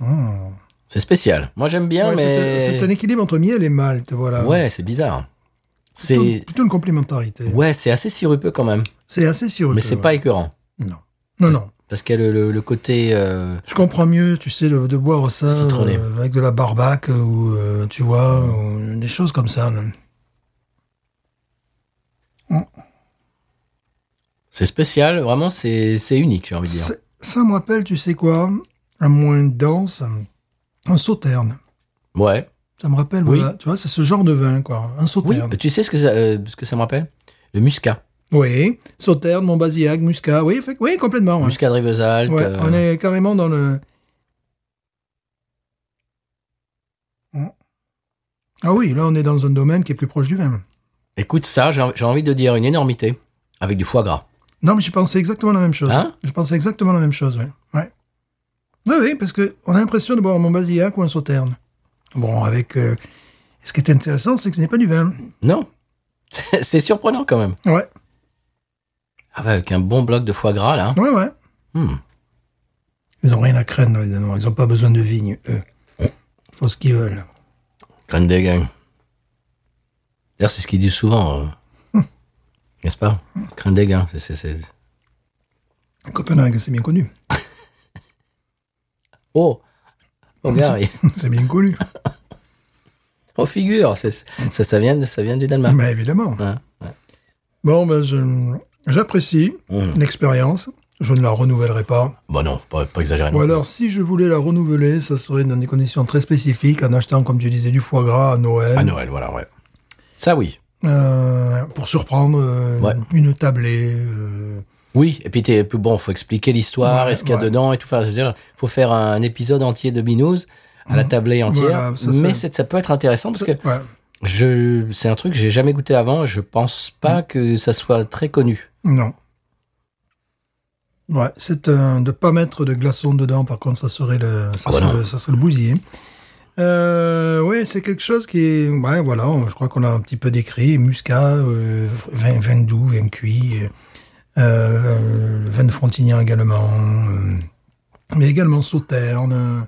Speaker 2: Oh.
Speaker 1: C'est spécial. Moi, j'aime bien,
Speaker 2: Ouais,
Speaker 1: mais.
Speaker 2: c'est un- C'est un équilibre entre miel et malt, voilà.
Speaker 1: Ouais, c'est bizarre.
Speaker 2: Plutôt-
Speaker 1: C'est.
Speaker 2: plutôt une complémentarité.
Speaker 1: Ouais, c'est assez sirupeux quand même.
Speaker 2: C'est assez sirupeux.
Speaker 1: Mais c'est
Speaker 2: ouais.
Speaker 1: pas écœurant.
Speaker 2: Non. Non, non.
Speaker 1: Parce qu'il y a le, le- le côté. euh,
Speaker 2: Je comprends mieux, tu sais, le- de boire ça
Speaker 1: Citronné.
Speaker 2: euh, avec de la barbaque euh, ou, euh, tu vois, ou des choses comme ça. là.
Speaker 1: C'est spécial, vraiment, c'est c'est unique, j'ai envie de dire.
Speaker 2: Ça ça me rappelle, tu sais quoi, un moins dense, un sauterne.
Speaker 1: Ouais.
Speaker 2: Ça me rappelle,
Speaker 1: Oui.
Speaker 2: voilà, tu vois, c'est ce genre de vin, quoi. Un
Speaker 1: Oui.
Speaker 2: sauterne.
Speaker 1: Tu sais ce que ça, euh, ce que ça me rappelle Le muscat.
Speaker 2: Oui, Sauterne, Montbazillac, Muscat, oui, fait- oui complètement. ouais.
Speaker 1: Muscat de Rivesaltes.
Speaker 2: Ouais,
Speaker 1: euh,
Speaker 2: On est carrément dans le. Hmm. Ah oui, là on est dans un domaine qui est plus proche du vin.
Speaker 1: Écoute, ça, j'ai j'ai envie de dire une énormité. Avec du foie gras.
Speaker 2: Non, mais je pensais exactement la même chose.
Speaker 1: Hein
Speaker 2: je pensais exactement la même chose, oui. Ouais. Oui, oui, parce que on a l'impression de boire un Montbazillac ou un Sauterne. Bon, avec. euh, Ce qui est intéressant, c'est que ce n'est pas du vin.
Speaker 1: Non C'est c'est surprenant quand même.
Speaker 2: Ouais,
Speaker 1: Ah, bah, avec un bon bloc de foie gras, là. hein.
Speaker 2: ouais, ouais.
Speaker 1: Hmm.
Speaker 2: Ils n'ont rien à craindre, les Danois. Ils n'ont pas besoin de vignes, eux. Ils font ce qu'ils veulent.
Speaker 1: Graine des gangs. D'ailleurs, c'est ce qu'ils disent souvent. euh. N'est-ce pas Graine des gangs. c'est- c'est- c'est-
Speaker 2: Copenhague, c'est bien connu.
Speaker 1: Oh Regarde, il-
Speaker 2: c'est bien connu.
Speaker 1: on figure. c'est- ça, ça, vient, de- ça vient du Danemark.
Speaker 2: Mais évidemment.
Speaker 1: Ouais,
Speaker 2: Bon, ben, je- j'apprécie
Speaker 1: Mm.
Speaker 2: l'expérience. Je ne la renouvellerai pas.
Speaker 1: Bon, non, faut pas, pas exagérer. non
Speaker 2: Ou
Speaker 1: plus.
Speaker 2: alors, si je voulais la renouveler, ça serait dans des conditions très spécifiques, en achetant, comme tu disais, du foie gras à Noël,
Speaker 1: À Noël, voilà, ouais. Ça, oui.
Speaker 2: euh, pour surprendre euh,
Speaker 1: Ouais.
Speaker 2: une tablée. euh,
Speaker 1: Oui, et puis t'es- bon, faut expliquer l'histoire
Speaker 2: Ouais,
Speaker 1: et ce qu'il y a
Speaker 2: ouais.
Speaker 1: dedans et tout. Enfin, il faut faire un épisode entier de Binous à la tablée entière.
Speaker 2: Mmh. Voilà, ça,
Speaker 1: mais
Speaker 2: c'est-
Speaker 1: c'est- ça peut être intéressant parce que
Speaker 2: ouais.
Speaker 1: je, c'est un truc que j'ai jamais goûté avant et je pense
Speaker 2: Mmh.
Speaker 1: pas que ça soit très connu.
Speaker 2: Non. Ouais, c'est un, de pas mettre de glaçons dedans, par contre, ça serait le, ça
Speaker 1: Ah bah
Speaker 2: serait
Speaker 1: non.
Speaker 2: le, ça serait le bousiller. Euh, ouais, c'est quelque chose qui est, ouais, voilà, on- je crois qu'on a un petit peu décrit, muscat, euh, vin, vin doux, vin cuit, euh, euh, vin de Frontignan également, euh, mais également Sauterne,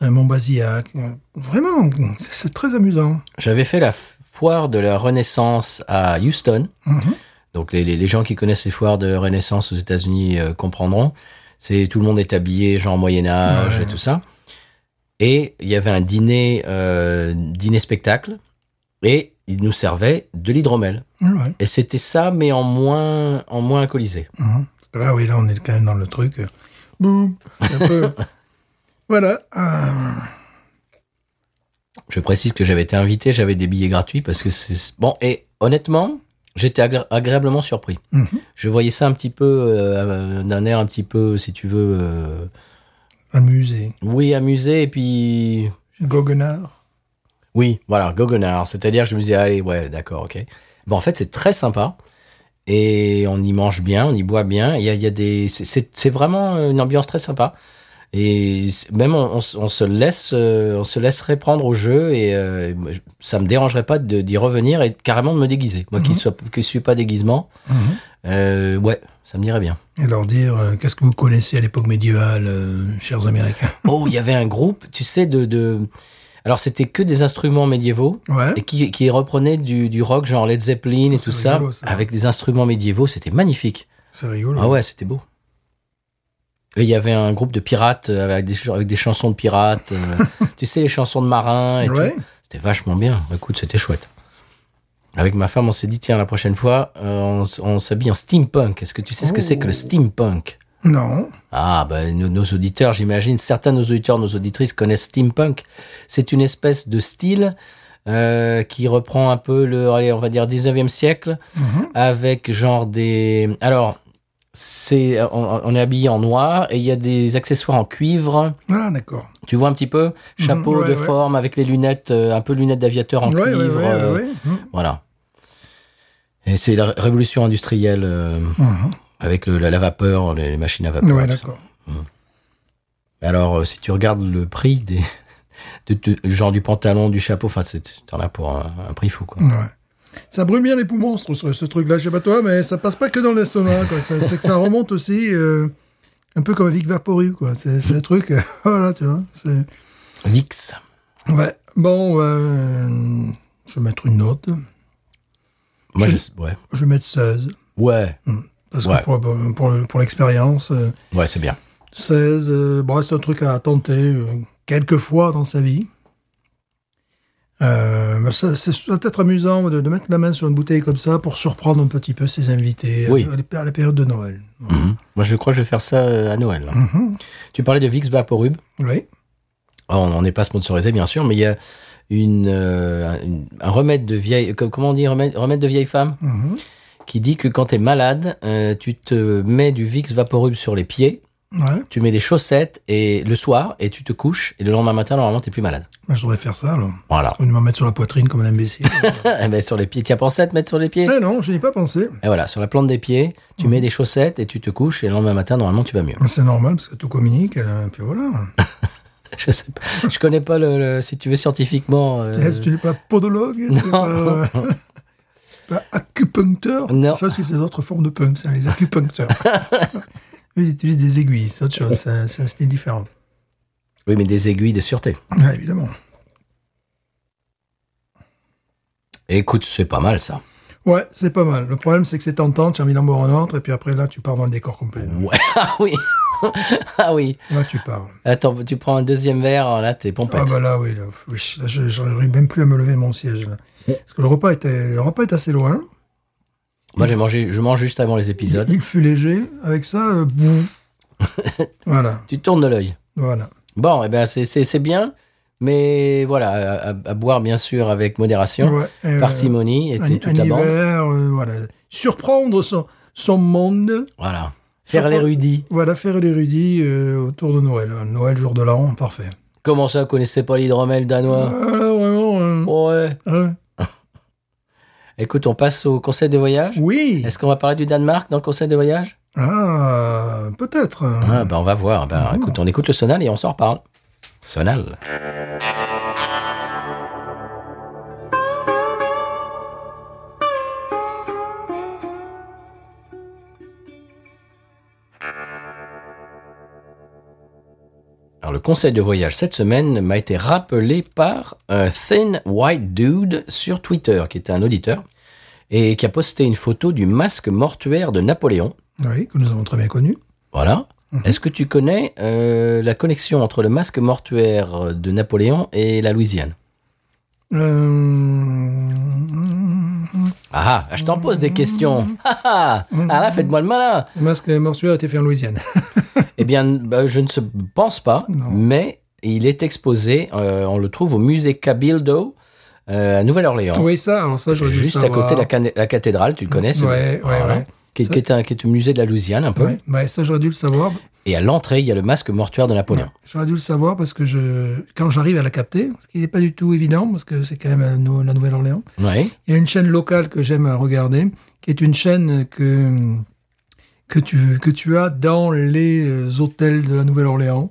Speaker 2: euh, Montbazillac, euh, vraiment, c'est- c'est très amusant.
Speaker 1: J'avais fait la f- foire de la Renaissance à Houston.
Speaker 2: Mhm.
Speaker 1: Donc les, les- les gens qui connaissent les foires de Renaissance aux États-Unis euh, comprendront. C'est tout le monde est habillé genre Moyen Âge
Speaker 2: Ouais.
Speaker 1: et tout ça. Et il y avait un dîner euh, dîner spectacle et ils nous servaient de l'hydromel.
Speaker 2: Ouais.
Speaker 1: Et c'était ça mais en moins en moins alcoolisé.
Speaker 2: Mhm. Là, oui, là, on est quand même dans le truc. euh, Boum C'est un peu- voilà. euh,
Speaker 1: Je précise que j'avais été invité, j'avais des billets gratuits parce que c'est bon et honnêtement, j'étais agré- agréablement surpris.
Speaker 2: mhm.
Speaker 1: Je voyais ça un petit peu euh, d'un air un petit peu si tu veux euh,
Speaker 2: Un musée.
Speaker 1: oui, amusé et puis
Speaker 2: Goguenard.
Speaker 1: Oui, voilà, goguenard. C'est-à-dire, que je me disais, allez, ouais, d'accord, ok. Bon, en fait, c'est très sympa. Et on y mange bien, on y boit bien. Il y a, il y a des. c'est- C'est c'est vraiment une ambiance très sympa. Et c'est- même, on, on se- on se laisse, euh, on se laisserait prendre au jeu et euh, moi, je- ça me dérangerait pas de- d'y revenir et carrément de me déguiser. Moi qui
Speaker 2: Mhm.
Speaker 1: sois- qui suis pas déguisement, euh, ouais, ça me dirait bien.
Speaker 2: Et leur dire euh, qu'est-ce que vous connaissez à l'époque médiévale, euh, chers Américains.
Speaker 1: Oh, il y avait un groupe, tu sais, de. de... Alors, c'était que des instruments médiévaux.
Speaker 2: Ouais.
Speaker 1: et qui, qui reprenait du, du rock genre Led Zeppelin et
Speaker 2: Oh, C'est
Speaker 1: tout ça,
Speaker 2: rigolo, ça.
Speaker 1: avec des instruments médiévaux, c'était magnifique.
Speaker 2: C'est rigolo.
Speaker 1: Ah ouais, c'était beau. Et il y avait un groupe de pirates euh, avec des, avec des chansons de pirates, euh, tu sais, les chansons de marins et tout.
Speaker 2: Ouais.
Speaker 1: C'était vachement bien. Écoute, c'était chouette. Avec ma femme, on s'est dit, tiens, la prochaine fois, euh, on, s- on s'habille en steampunk. Est-ce que tu sais
Speaker 2: Oh.
Speaker 1: ce que c'est que le steampunk
Speaker 2: Non.
Speaker 1: Ah, ben, nos, nos auditeurs, j'imagine, certains de nos auditeurs, nos auditrices connaissent steampunk. C'est une espèce de style euh, qui reprend un peu le, allez, on va dire, 19e siècle,
Speaker 2: Mhm.
Speaker 1: avec genre des... Alors, c'est, on, on est habillé en noir et il y a des accessoires en cuivre.
Speaker 2: Ah, d'accord.
Speaker 1: Tu vois un petit peu Chapeau
Speaker 2: Mhm. ouais,
Speaker 1: de
Speaker 2: ouais.
Speaker 1: forme avec les lunettes, euh, un peu lunettes d'aviateur en
Speaker 2: Ouais, ouais,
Speaker 1: cuivre.
Speaker 2: ouais, ouais,
Speaker 1: euh,
Speaker 2: ouais. Mhm.
Speaker 1: Voilà. Et c'est la ré- révolution industrielle euh,
Speaker 2: Mhm.
Speaker 1: avec le- la, la vapeur, les, les machines à vapeur.
Speaker 2: Ouais,
Speaker 1: tout ça.
Speaker 2: d'accord.
Speaker 1: Alors, euh, si tu regardes le prix des, de, de- du genre du pantalon, du chapeau, enfin, c'est- t'en as pour un, un prix fou, quoi.
Speaker 2: Ouais. Ça brûle bien les poumons, ce, ce- ce truc-là, je sais pas toi, mais ça passe pas que dans l'estomac. quoi. Ça- C'est que ça remonte aussi euh, un peu comme avec Vaporub, quoi. C'est c'est un truc, euh, voilà, tu vois. c'est-
Speaker 1: Vix.
Speaker 2: Ouais. Bon, euh, je vais mettre une note.
Speaker 1: Moi, je,
Speaker 2: Je-
Speaker 1: ouais.
Speaker 2: Je vais mettre 16.
Speaker 1: Ouais.
Speaker 2: Parce
Speaker 1: Ouais.
Speaker 2: que pour, pour, le- pour l'expérience, euh,
Speaker 1: Ouais, c'est bien.
Speaker 2: 16, euh, bon, c'est un truc à tenter euh, quelques fois dans sa vie. Euh, mais ça, c'est ça peut être amusant de, de mettre la main sur une bouteille comme ça pour surprendre un petit peu ses invités
Speaker 1: Oui.
Speaker 2: à, la- à la période de Noël.
Speaker 1: Mhm. Moi, je crois que je vais faire ça euh, à Noël. hein.
Speaker 2: Mhm.
Speaker 1: Tu parlais de Vix Vaporub.
Speaker 2: Oui.
Speaker 1: Alors, on n'est pas sponsorisé, bien sûr, mais il y a une, euh, une- un remède de vieille. co- Comment on dit Remède, remède de vieille femme
Speaker 2: Mhm.
Speaker 1: Qui dit que quand t'es malade, euh, tu te mets du Vix Vaporub sur les pieds,
Speaker 2: Ouais.
Speaker 1: tu mets des chaussettes et le soir, et tu te couches, et le lendemain matin, normalement, t'es plus malade.
Speaker 2: Bah, je devrais faire ça alors.
Speaker 1: Voilà.
Speaker 2: Au lieu de m'en mettre sur la poitrine comme un imbécile.
Speaker 1: Eh ben, sur les pieds, tiens, pensé à te mettre sur les pieds.
Speaker 2: ah non, je n'y ai pas pensé.
Speaker 1: Et voilà, sur la plante des pieds, tu
Speaker 2: Mhm.
Speaker 1: mets des chaussettes et tu te couches et le lendemain matin, normalement, tu vas mieux.
Speaker 2: Mais C'est normal parce que tout communique. euh, puis voilà.
Speaker 1: Je sais pas. Je connais pas le, le- si tu veux scientifiquement. euh,
Speaker 2: Est-ce que tu n'es pas podologue tu n'es
Speaker 1: Non.
Speaker 2: Pas, euh, pas acupuncteur
Speaker 1: Non.
Speaker 2: Ça aussi, c'est d'autres formes de punk, ça, les acupuncteurs. Eux, Ils utilisent des aiguilles, c'est autre chose, ça- ça, c'est différent.
Speaker 1: Oui, mais des aiguilles de sûreté.
Speaker 2: Ouais, évidemment.
Speaker 1: Et écoute, c'est pas mal ça.
Speaker 2: Ouais, c'est pas mal. Le problème, c'est que c'est tentant, tu as mis l'amour en entre, et puis après, là, tu pars dans le décor complet.
Speaker 1: Ouais. Ah oui. ah oui.
Speaker 2: Là, tu pars.
Speaker 1: Attends, tu prends un deuxième verre, là, t'es pompette.
Speaker 2: Ah bah là, oui, là, oui, là, je- j'arrive même plus à me lever de mon siège. là.
Speaker 1: Mm.
Speaker 2: Parce que le repas, était, le repas est assez loin.
Speaker 1: Moi, j'ai mangé, je mange juste avant les
Speaker 2: Il,
Speaker 1: épisodes.
Speaker 2: il fut léger. Avec ça, euh, bouf. voilà,
Speaker 1: tu tournes l'œil.
Speaker 2: voilà.
Speaker 1: Bon, eh ben, c'est- c'est c'est bien, mais voilà, à, à boire bien sûr avec modération,
Speaker 2: Ouais, euh,
Speaker 1: parcimonie et
Speaker 2: un,
Speaker 1: toute
Speaker 2: un
Speaker 1: la bande.
Speaker 2: hiver, euh, voilà. Surprendre son, son monde,
Speaker 1: Voilà. Faire
Speaker 2: Surtout-
Speaker 1: l'érudit.
Speaker 2: voilà, faire l'érudit euh, autour de Noël. Noël, jour de l'an, parfait.
Speaker 1: Comment ça, vous connaissez pas l'hydromel danois
Speaker 2: Voilà, vraiment. euh,
Speaker 1: Ouais.
Speaker 2: hein.
Speaker 1: Écoute, on passe au conseil de voyage.
Speaker 2: Oui.
Speaker 1: Est-ce qu'on va parler du Danemark dans le conseil de voyage
Speaker 2: Ah, peut-être.
Speaker 1: ah, ben, On va voir. Ben, écoute, on écoute le sonal et on s'en reparle. Sonal. Alors, le conseil de voyage cette semaine m'a été rappelé par un Thin White Dude sur Twitter, qui est un auditeur, et qui a posté une photo du masque mortuaire de Napoléon.
Speaker 2: Oui, que nous avons très bien connu.
Speaker 1: Voilà.
Speaker 2: Mhm.
Speaker 1: Est-ce que tu connais euh, la connexion entre le masque mortuaire de Napoléon et la Louisiane
Speaker 2: Euh,
Speaker 1: Ah, ah, je t'en pose des
Speaker 2: Mhm.
Speaker 1: questions. Ah, ah, ah là, faites-moi le malin.
Speaker 2: Le masque mortuaire a été fait en Louisiane.
Speaker 1: Eh bien, bah, je ne se- pense pas,
Speaker 2: Non.
Speaker 1: mais il est exposé, euh, on le trouve au musée Cabildo euh, à Nouvelle-Orléans.
Speaker 2: Oui, ça, alors ça, j'aurais dû
Speaker 1: Juste à
Speaker 2: savoir.
Speaker 1: côté de la, cané- la cathédrale, tu le connais ce- Ah,
Speaker 2: Ouais, ouais, ouais.
Speaker 1: Qui, qui est un, qui est un musée de la Louisiane, un peu.
Speaker 2: Ouais, ouais, ça, j'aurais dû le savoir.
Speaker 1: Et à l'entrée, il y a le masque mortuaire de Napoléon.
Speaker 2: J'aurais dû le savoir parce que je, quand j'arrive à la capter, ce qui n'est pas du tout évident parce que c'est quand même euh, nou- la Nouvelle-Orléans,
Speaker 1: Ouais.
Speaker 2: il y a une chaîne locale que j'aime à regarder, qui est une chaîne que, que, tu, que tu as dans les euh, hôtels de la Nouvelle-Orléans.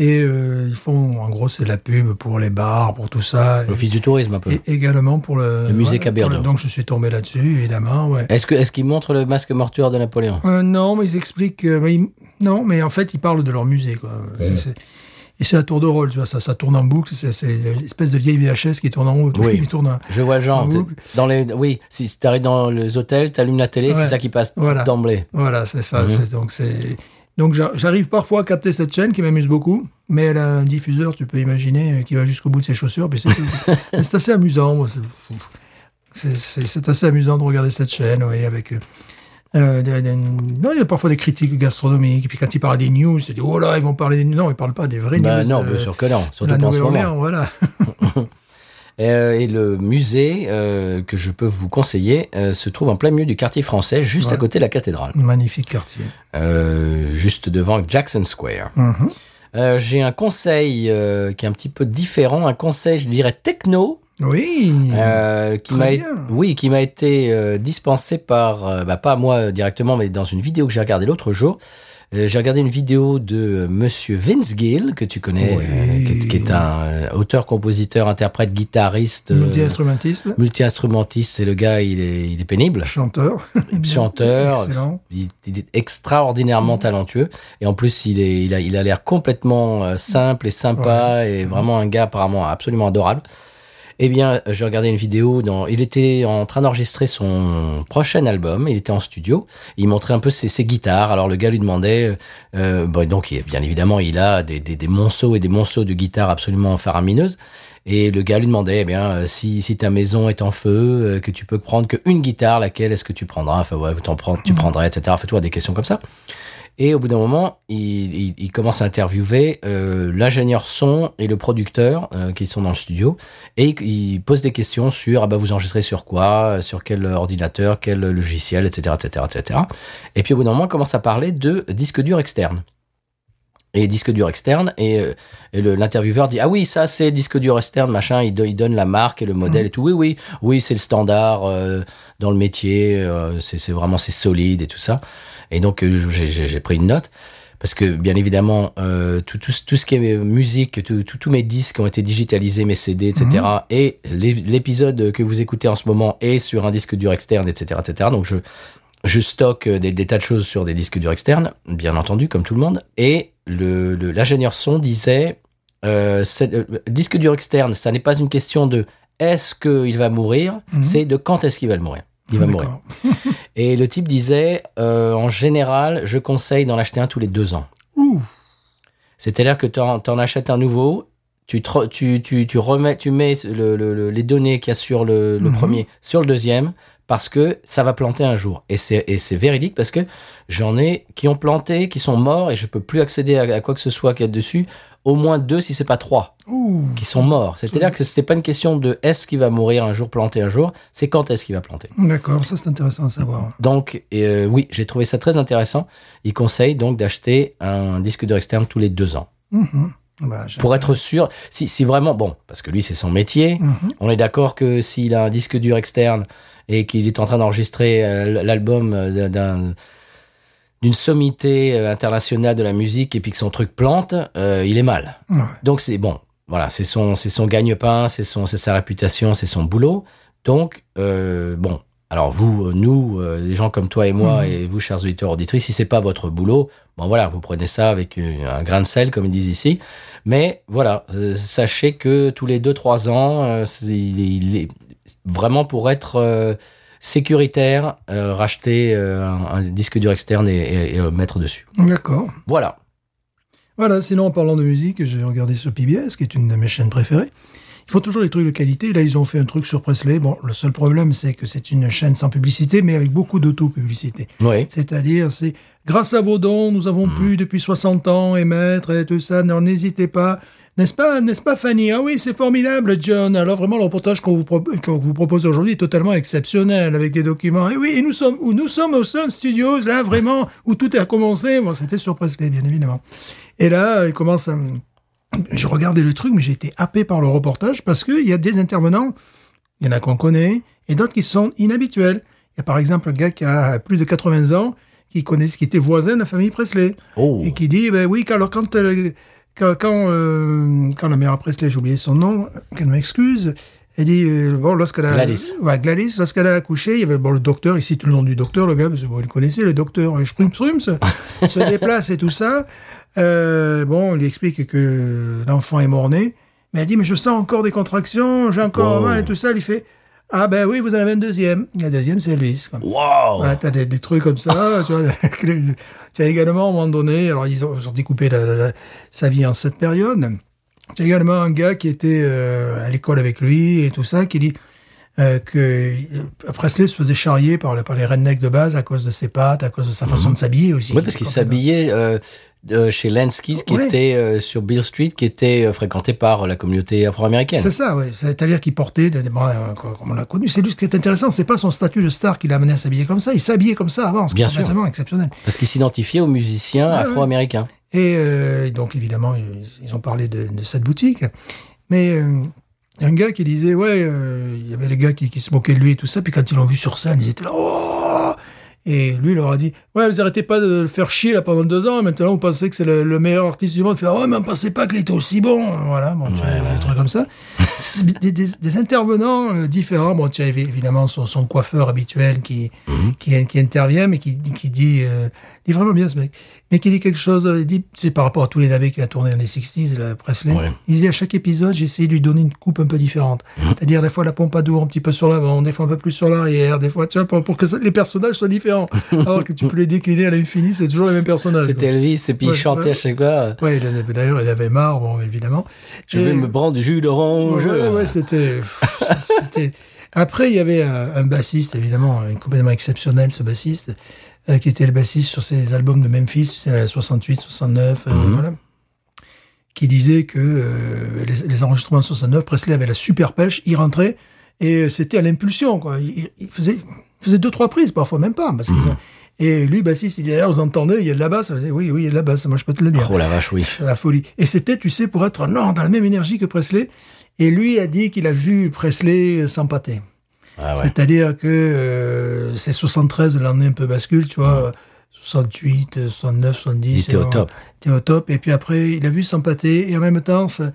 Speaker 2: Et euh, ils font, en gros, c'est de la pub pour les bars, pour tout ça. Et-
Speaker 1: L'office du tourisme, un peu.
Speaker 2: Et également pour le,
Speaker 1: Le musée
Speaker 2: ouais,
Speaker 1: Caberdo.
Speaker 2: pour le- Donc je suis tombé là-dessus, évidemment. Ouais.
Speaker 1: Est-ce que- est-ce qu'il montre le masque mortuaire de Napoléon
Speaker 2: Euh, non, mais ils expliquent. euh, mais ils- non, mais en fait, ils parlent de leur musée. Quoi. C'est- c'est- et c'est à tour de rôle, tu vois, ça, ça tourne en boucle. C'est, c'est une espèce de vieille VHS qui tourne en haut.
Speaker 1: Oui.
Speaker 2: qui tourne en-
Speaker 1: Je vois le genre.
Speaker 2: En
Speaker 1: c'est-
Speaker 2: boucle.
Speaker 1: Dans les, oui, si tu arrives dans les hôtels, tu allumes la télé, c'est
Speaker 2: Ouais.
Speaker 1: ça qui passe
Speaker 2: Voilà.
Speaker 1: d'emblée.
Speaker 2: Voilà, c'est ça.
Speaker 1: Mhm.
Speaker 2: c'est- donc, c'est, donc j'a- j'arrive parfois à capter cette chaîne qui m'amuse beaucoup, mais elle a un diffuseur, tu peux imaginer, euh, qui va jusqu'au bout de ses chaussures. Puis c'est, tout. Mais c'est assez amusant. moi, c'est- C'est- C'est c'est assez amusant de regarder cette chaîne, oui, avec. euh, euh, des- des- non, il y a parfois des critiques gastronomiques. Et puis quand ils parlent des news, ils disent Oh là, ils vont parler des news. Non, ils parlent pas des vraies
Speaker 1: Bah
Speaker 2: news.
Speaker 1: non,
Speaker 2: euh,
Speaker 1: bien sûr que non,
Speaker 2: de
Speaker 1: surtout
Speaker 2: la
Speaker 1: pas en ce moment.
Speaker 2: Nouvelle-Orléans, voilà.
Speaker 1: Et, euh, et le musée euh, que je peux vous conseiller euh, se trouve en plein milieu du quartier français, juste à
Speaker 2: Ouais.
Speaker 1: côté de la cathédrale,
Speaker 2: Magnifique quartier.
Speaker 1: euh, juste devant Jackson Square.
Speaker 2: Mhm.
Speaker 1: Euh, J'ai un conseil euh, qui est un petit peu différent, un conseil, je dirais, techno,
Speaker 2: Oui.
Speaker 1: euh, qui
Speaker 2: Très
Speaker 1: m'a
Speaker 2: bien.
Speaker 1: oui, qui m'a été euh, dispensé par, euh, bah, pas moi directement, mais dans une vidéo que j'ai regardée l'autre jour. Euh, j'ai regardé une vidéo de euh, Monsieur Vince Gill que tu connais,
Speaker 2: Oui.
Speaker 1: euh, qui, est- qui est un euh, auteur, compositeur, interprète, guitariste, euh,
Speaker 2: Multi-instrumentiste,
Speaker 1: multi-instrumentiste. C'est le gars, il est, il est pénible,
Speaker 2: chanteur.
Speaker 1: chanteur.
Speaker 2: Excellent.
Speaker 1: Il, il est extraordinairement talentueux et en plus il est, il a, il a l'air complètement euh, simple et sympa et vraiment un gars apparemment absolument adorable. Eh bien, j'ai regardé une vidéo dans, il était en train d'enregistrer son prochain album, il était en studio, il montrait un peu ses, ses guitares, alors le gars lui demandait, euh, bon, donc il- bien évidemment il a des, des, des monceaux et des monceaux de guitares absolument faramineuses, et le gars lui demandait, eh bien, euh, si, si ta maison est en feu, euh, que tu peux prendre qu'une guitare, laquelle est-ce que tu prendras Enfin, ouais, t'en prends, tu prendrais, etc. Fais-toi des questions comme ça. Et au bout d'un moment, il, il- il commence à interviewer euh, l'ingénieur son et le producteur euh, qui sont dans le studio. Et il, il pose des questions sur, ah bah, vous enregistrez sur quoi euh, Sur quel ordinateur Quel logiciel Etc. etc., etc. Et puis au bout d'un moment, il commence à parler de disque dur externe. Et disque dur externe, et, euh, et le- l'intervieweur dit Ah oui, ça c'est disque dur externe, machin, il, do- il donne la marque et le modèle et tout. Oui, oui, oui, c'est le standard euh, dans le métier, euh, c'est c'est vraiment c'est solide et tout ça. Et donc euh, j'ai- j'ai j'ai pris une note. Parce que bien évidemment, euh, tout, tout, ce- tout ce qui est musique, tout- tout- tous mes disques ont été digitalisés, mes CD, etc. Et l'é- l'épisode que vous écoutez en ce moment est sur un disque dur externe, etc. etc. Donc je, je stocke des, des tas de choses sur des disques durs externes, bien entendu, comme tout le monde. Et le- le- l'ingénieur son disait, euh, c'est- euh, disque dur externe, ça n'est pas une question de est-ce qu'il va mourir,
Speaker 2: Mhm.
Speaker 1: c'est de quand est-ce qu'il va le mourir. Il va mourir.
Speaker 2: D'accord.
Speaker 1: Et le type disait, euh, en général, je conseille d'en acheter un tous les deux ans.
Speaker 2: Ouh.
Speaker 1: C'est-à-dire que tu en, achètes un nouveau, tu, te re- tu, tu, tu remets, tu mets le- le- le- les données qu'il y a sur le, le
Speaker 2: Mhm.
Speaker 1: premier, sur le deuxième, parce que ça va planter un jour. Et c'est et c'est véridique parce que j'en ai qui ont planté, qui sont morts, et je peux plus accéder à, à quoi que ce soit qu'il y a dessus. Au moins deux, si c'est pas trois,
Speaker 2: Ouh.
Speaker 1: qui sont morts. C'est-à-dire que c'était pas une question de est-ce qu'il va mourir un jour, planter un jour, c'est quand est-ce qu'il va planter.
Speaker 2: D'accord, ça c'est intéressant à savoir.
Speaker 1: Donc, euh, oui, j'ai trouvé ça très intéressant. Il conseille donc d'acheter un disque dur externe tous les deux ans.
Speaker 2: Mhm. Bah, j'ai-
Speaker 1: Pour être sûr, si, si vraiment, bon, parce que lui, c'est son métier,
Speaker 2: Mhm.
Speaker 1: on est d'accord que s'il a un disque dur externe et qu'il est en train d'enregistrer euh, l'album euh, d'un- d'une sommité euh, internationale de la musique et puis que son truc plante, euh, il est mal.
Speaker 2: Ouais.
Speaker 1: Donc c'est bon, voilà, c'est son, c'est son gagne-pain, c'est son, c'est sa réputation, c'est son boulot. Donc euh, bon, alors vous, euh, nous, euh, les gens comme toi et moi
Speaker 2: Mhm.
Speaker 1: et vous, chers auditeurs auditrices, si c'est pas votre boulot, bon voilà, vous prenez ça avec euh, un grain de sel, comme ils disent ici. Mais voilà, euh, sachez que tous les 2-3 ans, euh, c'est- il, est- il est vraiment pour être euh, sécuritaire, euh, racheter euh, un, un disque dur externe et, et- et, euh, mettre dessus.
Speaker 2: D'accord.
Speaker 1: Voilà.
Speaker 2: Voilà, sinon en parlant de musique, j'ai regardé sur PBS, qui est une de mes chaînes préférées. Ils font toujours des trucs de qualité. Là, ils ont fait un truc sur Presley. Bon, le seul problème, c'est que c'est une chaîne sans publicité, mais avec beaucoup d'auto-publicité.
Speaker 1: Oui.
Speaker 2: C'est-à-dire, c'est grâce à vos dons, nous avons pu depuis 60 ans émettre et tout ça. Non, n'hésitez pas. N'est-ce pas, n'est-ce pas, Fanny Ah oui, c'est formidable, John. Alors vraiment, le reportage qu'on vous, pro- qu'on vous propose aujourd'hui est totalement exceptionnel, avec des documents. Et oui, et nous sommes où Nous sommes au Sun Studios, là, vraiment, où tout est recommencé. Bon, c'était sur Presley, bien évidemment. Et là, il commence à... me- Je regardais le truc, mais j'ai été happé par le reportage, parce qu'il y a des intervenants il y en a qu'on connaît et d'autres qui sont inhabituels. Il y a par exemple un gars qui a plus de 80 ans qui connaît, qui était voisin de la famille Presley
Speaker 1: Oh.
Speaker 2: et qui dit ben oui, quand- alors quand elle- quand quand, euh, quand la mère à Presley, j'ai oublié son nom, qu'elle m'excuse. Elle dit euh, bon lorsqu'elle a
Speaker 1: Gladys.
Speaker 2: ouais, Gladys, lorsqu'elle a accouché, il y avait bon le docteur ici tout le nom du docteur le gars parce que vous le connaissez le docteur et Sprums Sprums se déplace et tout ça. Euh, bon, on lui explique que l'enfant est mort-né, mais elle dit mais je sens encore des contractions, j'ai encore
Speaker 1: Wow.
Speaker 2: mal et tout ça, il fait ah ben oui, vous en avez un deuxième. La deuxième c'est Elvis. quoi.
Speaker 1: Wow.
Speaker 2: Ouais, t'as des, des trucs comme ça, tu vois. que les- Tu as également, à un moment donné, alors ils ont, ils ont découpé la- la- la- sa vie en cette période. Tu as également un gars qui était euh, à l'école avec lui et tout ça, qui dit euh, que euh, Presley se faisait charrier par, le- par les rednecks de base à cause de ses pattes, à cause de sa façon de s'habiller aussi.
Speaker 1: Oui, Mhm. parce qu'il
Speaker 2: Quand-
Speaker 1: s'habillait euh, euh, chez Lenskis, qui
Speaker 2: Ouais.
Speaker 1: était euh, sur Beale Street, qui était euh, fréquenté par la communauté afro-américaine.
Speaker 2: C'est ça, oui. C'est-à-dire qu'il portait des des bras euh, co- comme on l'a connu. C'est lui ce qui est intéressant. C'est pas son statut de star qui l'a amené à s'habiller comme ça. Il s'habillait comme ça avant. C'est
Speaker 1: Bien sûr.
Speaker 2: complètement exceptionnel.
Speaker 1: Parce qu'il s'identifiait aux musiciens
Speaker 2: Ah, ouais.
Speaker 1: afro-américains.
Speaker 2: Et euh, donc, évidemment, ils, ils ont parlé de, de cette boutique. Mais euh, il y a un gars qui disait, ouais, euh, il y avait les gars qui, qui se moquaient de lui et tout ça. Puis quand ils l'ont vu sur scène, ils étaient là, oh Et lui, il leur a dit, ouais, vous arrêtez pas de le faire chier là pendant deux ans. Maintenant, vous pensez que c'est le, le meilleur artiste du monde. Il fait, ouais, mais on pensait pas qu'il était aussi bon. Voilà, bon, tu vois, des trucs comme ça. C'est des, des- des intervenants euh, différents. Bon, tu as évi- évidemment son, son coiffeur habituel qui,
Speaker 1: Mhm.
Speaker 2: qui, qui intervient, mais qui, qui dit, euh, il est vraiment bien ce mec, mais qui dit quelque chose, euh, il dit, c'est par rapport à tous les navets qu'il a tourné dans les 60s, là, Presley.
Speaker 1: Ouais.
Speaker 2: Il dit à chaque épisode, j'ai essayé de lui donner une coupe un peu différente.
Speaker 1: Mhm.
Speaker 2: C'est-à-dire, des fois la pompadour un petit peu sur l'avant, des fois un peu plus sur l'arrière, des fois, tu vois, pour, pour que ça- les personnages soient différents. Alors que tu peux les décliner à l'infini, c'est toujours les mêmes personnages.
Speaker 1: C'était Elvis, et puis il
Speaker 2: Ouais,
Speaker 1: chantait
Speaker 2: ouais.
Speaker 1: à chaque fois euh,
Speaker 2: Ouais, il en avait- d'ailleurs, il avait marre, bon, évidemment.
Speaker 1: Je
Speaker 2: Et-
Speaker 1: vais me prendre du jus d'orange.
Speaker 2: Ouais, ouais, c'était. pff, c'était- Après, il y avait un, un bassiste, évidemment, euh, complètement exceptionnel, ce bassiste, euh, qui était le bassiste sur ses albums de Memphis, tu sais, la 68, 69, euh, voilà, qui disait que euh, les, les enregistrements de 69, Presley avait la super pêche, il rentrait, et euh, c'était à l'impulsion, quoi. Il, il- il faisait, il faisait deux, trois prises, parfois même pas. parce qu'ils- Et lui, bassiste, il dit, d'ailleurs, vous entendez, il y a de la basse. Je dis, Oui, oui, il y a de la basse, moi je peux te le dire.
Speaker 1: Oh la vache, oui.
Speaker 2: C'est la folie. Et c'était, tu sais, pour être non, dans la même énergie que Presley. Et lui a dit qu'il a vu Presley euh, s'empâter.
Speaker 1: Ah ouais.
Speaker 2: C'est-à-dire que euh, c'est 73, l'année un peu bascule, tu vois. 68, euh, 69, 70.
Speaker 1: Il était
Speaker 2: et
Speaker 1: au
Speaker 2: on-
Speaker 1: top.
Speaker 2: il était au top. Et puis après, il a vu s'empâter. Et en même temps, ça-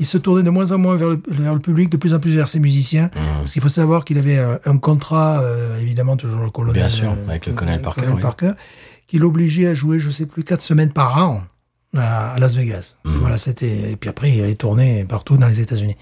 Speaker 2: il se tournait de moins en moins vers le, vers le public, de plus en plus vers ses
Speaker 1: Mmh.
Speaker 2: musiciens. Parce qu'il faut savoir qu'il avait un, un contrat, euh, évidemment, toujours le colonel.
Speaker 1: Bien sûr,
Speaker 2: euh,
Speaker 1: avec le colonel Parker, oui.
Speaker 2: qui l'obligeait à jouer, je sais plus, quatre semaines par an à, à Las Vegas.
Speaker 1: Mmh.
Speaker 2: C'est- Voilà, c'était. Et puis après, il allait tourner partout dans les États-Unis.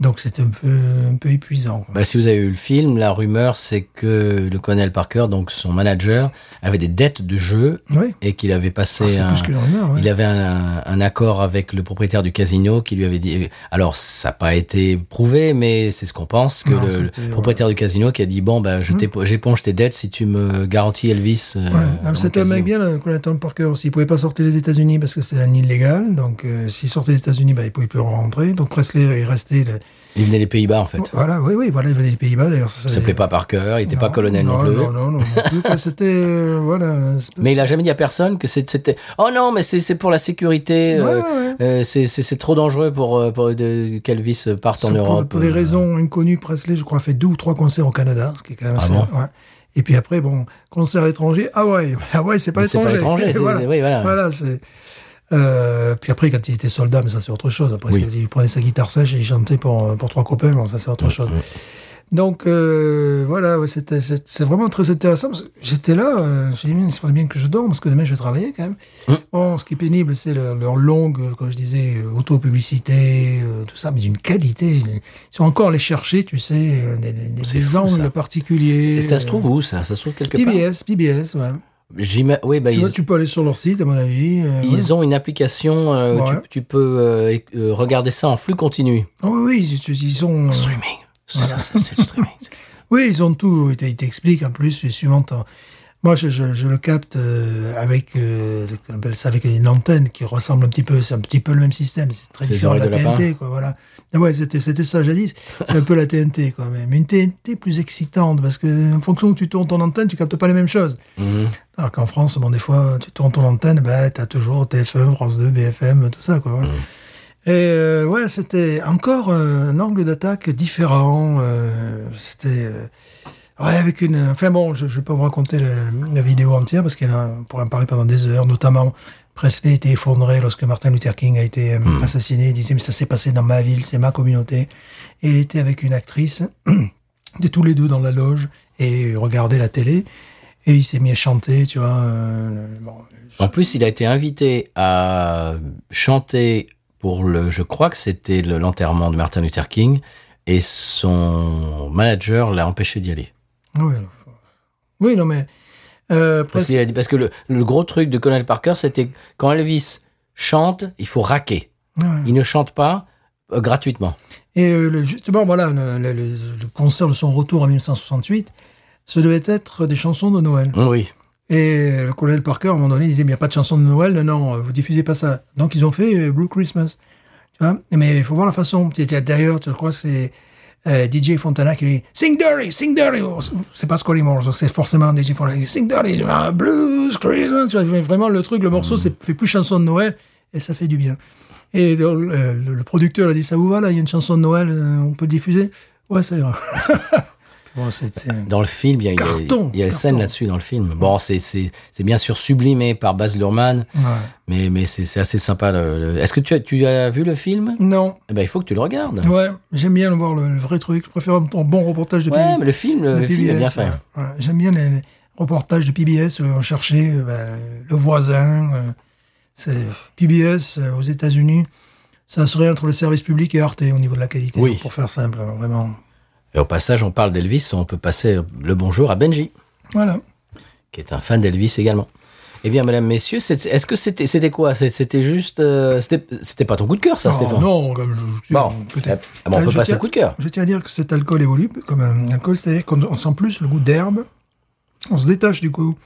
Speaker 2: Donc c'était un peu, un peu épuisant. quoi.
Speaker 1: Bah, si vous avez eu le film, la rumeur, c'est que le colonel Parker, donc son manager, avait des dettes de jeu
Speaker 2: Oui.
Speaker 1: et qu'il avait passé
Speaker 2: Ah, C'est
Speaker 1: un-
Speaker 2: plus qu'une rumeur. ouais.
Speaker 1: Il avait un, un accord avec le propriétaire du casino qui lui avait dit. eh, Alors, ça n'a pas été prouvé, mais c'est ce qu'on pense que
Speaker 2: Non,
Speaker 1: le,
Speaker 2: c'était, euh, Hmm.
Speaker 1: le propriétaire du casino qui a dit bon, ben, je t'épo- j'éponge tes dettes si tu me garantis Elvis. euh,
Speaker 2: Ouais.
Speaker 1: dans
Speaker 2: Ah,
Speaker 1: le
Speaker 2: C'était un
Speaker 1: casino.
Speaker 2: mec bien, le Colonel Parker aussi. Il pouvait pas sortir des États-Unis parce que c'était un illégal. Donc, euh, s'il sortait des États-Unis, bah, il pouvait plus rentrer. Donc, Presley est resté. le-
Speaker 1: Il venait des Pays-Bas en fait.
Speaker 2: Voilà, oui, oui, voilà, il venait des Pays-Bas d'ailleurs.
Speaker 1: Il s'appelait pas Parker, il n'était pas colonel non,
Speaker 2: non,
Speaker 1: plus.
Speaker 2: Non, non, non, non plus. Enfin, c'était. euh, voilà. une espèce-
Speaker 1: Mais il a jamais dit à personne que c'est- c'était. Oh non, mais c'est c'est pour la sécurité.
Speaker 2: Ouais,
Speaker 1: euh,
Speaker 2: ouais, ouais.
Speaker 1: euh, c'est- c'est c'est trop dangereux pour, euh, pour de- qu'Elvis parte en
Speaker 2: Pour-
Speaker 1: Europe.
Speaker 2: Pour, des
Speaker 1: euh.
Speaker 2: raisons inconnues, Presley, je crois, a fait deux ou trois concerts au Canada, ce qui est quand même
Speaker 1: Ah
Speaker 2: assez.
Speaker 1: bon
Speaker 2: ouais. Et puis après, bon, concert à l'étranger, Ah Hawaï. Mais Hawaï, c'est pas
Speaker 1: Mais c'est pas
Speaker 2: étranger.
Speaker 1: étranger, c'est-
Speaker 2: voilà.
Speaker 1: c'est- oui, voilà.
Speaker 2: Voilà, c'est. Euh, puis après, quand il était soldat, mais ça c'est autre chose. Après,
Speaker 1: Oui.
Speaker 2: il prenait sa guitare sèche et il chantait pour, euh, pour trois copains, bon, ça c'est autre chose. Donc euh, voilà, ouais, c'était- c'est c'est vraiment très intéressant. parce que J'étais là, euh, j'ai dit, mais c'est pas bien que je dorme, parce que demain je vais travailler quand même. Bon, ce qui est pénible, c'est leur, leur longue, euh, comme je disais, euh, auto-publicité, euh, tout ça, mais d'une qualité. Ils sont encore allés chercher, tu sais, euh, des, des- des
Speaker 1: C'est fou,
Speaker 2: angles
Speaker 1: ça.
Speaker 2: particuliers.
Speaker 1: Et ça se trouve
Speaker 2: euh,
Speaker 1: où ça Ça se trouve quelque part.
Speaker 2: PBS, PBS, ouais.
Speaker 1: J'ima- Oui, bah,
Speaker 2: tu,
Speaker 1: ils,
Speaker 2: vois, tu peux aller sur leur site, à mon avis. euh, ouais.
Speaker 1: Ils ont une application, euh, où tu-
Speaker 2: Ouais.
Speaker 1: tu, peux euh, éc- euh, regarder ça en flux continu.
Speaker 2: Ah oui, oui, ils, ils- ils ont. euh,
Speaker 1: Streaming. C'est ça, c'est c'est le streaming.
Speaker 2: Oui, ils ont tout. Ils t'expliquent en plus, et suivant ton- Moi, je, je- je le capte euh, avec, euh, on appelle ça avec une antenne qui ressemble un petit peu, c'est un petit peu le même système. C'est très
Speaker 1: C'est
Speaker 2: différent de
Speaker 1: genre
Speaker 2: la
Speaker 1: de lapin.
Speaker 2: TNT, quoi. Voilà. Ah ouais, c'était, c'était ça jadis. C'est un peu la TNT, quoi. Mais mais une TNT plus excitante parce que en fonction où tu tournes ton antenne, tu captes pas les mêmes choses.
Speaker 1: Mhm.
Speaker 2: Alors qu'en France, bon, des fois, tu tournes ton antenne, bah, t'as toujours TF1, France 2, BFM, tout ça, quoi. voilà.
Speaker 1: Mhm.
Speaker 2: Et euh, ouais, c'était encore euh, un angle d'attaque différent. euh, c'était euh, ouais avec une. Enfin bon, je, je vais pas vous raconter la, la vidéo entière parce qu'elle a- on pourrait en parler pendant des heures. Notamment, Presley était effondré lorsque Martin Luther King a été euh,
Speaker 1: Hmm.
Speaker 2: assassiné. Il disait mais ça s'est passé dans ma ville, c'est ma communauté. Et il était avec une actrice, de tous les deux dans la loge et regardait la télé. Et il s'est mis à chanter, tu vois. euh, bon,
Speaker 1: En plus, il a été invité à chanter pour le. Je crois que c'était le- l'enterrement de Martin Luther King et son manager l'a empêché d'y aller.
Speaker 2: ah ouais, alors, faut- oui, non mais. Euh,
Speaker 1: Parce, qu'il a dit, parce que le, le gros truc de Colonel Parker, c'était quand Elvis chante, il faut raquer.
Speaker 2: Presley- ouais.
Speaker 1: Il ne chante pas euh, gratuitement.
Speaker 2: Et euh, le- justement, voilà, le, le- le- le concert de son retour en 1968, ce devait être des chansons de Noël.
Speaker 1: Oui.
Speaker 2: Et le colonel Parker, à un moment donné, il disait, mais il n'y a pas de chanson de Noël, non, non, vous diffusez pas ça. Donc, ils ont fait euh, Blue Christmas. Tu vois Mais il faut voir la façon. Tu- tu- D'ailleurs, tu crois que c'est euh, DJ Fontana qui dit, Sing Dirty, Sing Dirty. Oh, C'est pas Scotty Morse, c'est forcément DJ Fontana. qui dit, Sing Dirty, ah, Blues Christmas. Tu vois, mais vraiment, le truc, le morceau, c'est fait plus chanson de Noël, et ça fait du bien. Et donc, le, le- le producteur a dit, ça vous va, là, il y a une chanson de Noël, euh, on peut diffuser Ouais, ça ira. bon, c'était...
Speaker 1: Dans le film, il y a, il y a-
Speaker 2: Carton,
Speaker 1: il y a des
Speaker 2: carton.
Speaker 1: scènes là-dessus dans le film. Bon, c'est- c'est c'est bien sûr sublimé par Baz Luhrmann,
Speaker 2: Ouais.
Speaker 1: mais, mais c'est c'est assez sympa. le- le- Est-ce que tu as, tu as vu le film
Speaker 2: Non,
Speaker 1: Eh ben, il faut que tu le regardes.
Speaker 2: Ouais, j'aime bien le voir le, le vrai truc. Je préfère ton bon reportage de,
Speaker 1: Ouais,
Speaker 2: P-
Speaker 1: mais le film, le
Speaker 2: de
Speaker 1: film est bien fait.
Speaker 2: ouais. Ouais, J'aime bien les, les reportages de PBS où on cherchait euh, bah, le voisin. euh, c'est PBS euh, aux États-Unis. Ça serait entre le service public et Arte au niveau de la qualité.
Speaker 1: Oui.
Speaker 2: Pour faire simple, hein, vraiment.
Speaker 1: Et au passage, on parle d'Elvis, on peut passer le bonjour à Benji,
Speaker 2: Voilà.
Speaker 1: qui est un fan d'Elvis également. Eh bien, mesdames, messieurs, c'est- est-ce que c'était c'était quoi C'est- C'était juste. euh, c'était c'était pas ton coup de cœur, ça,
Speaker 2: Oh,
Speaker 1: Stéphane
Speaker 2: non, comme je- je-
Speaker 1: Bon,
Speaker 2: peut-être.
Speaker 1: Ah bon, on
Speaker 2: Euh,
Speaker 1: peut
Speaker 2: je
Speaker 1: passer
Speaker 2: tiens-
Speaker 1: au coup de cœur.
Speaker 2: Je tiens à dire que cet alcool évolue comme un alcool, c'est-à-dire qu'on on sent plus le goût d'herbe. On se détache du goût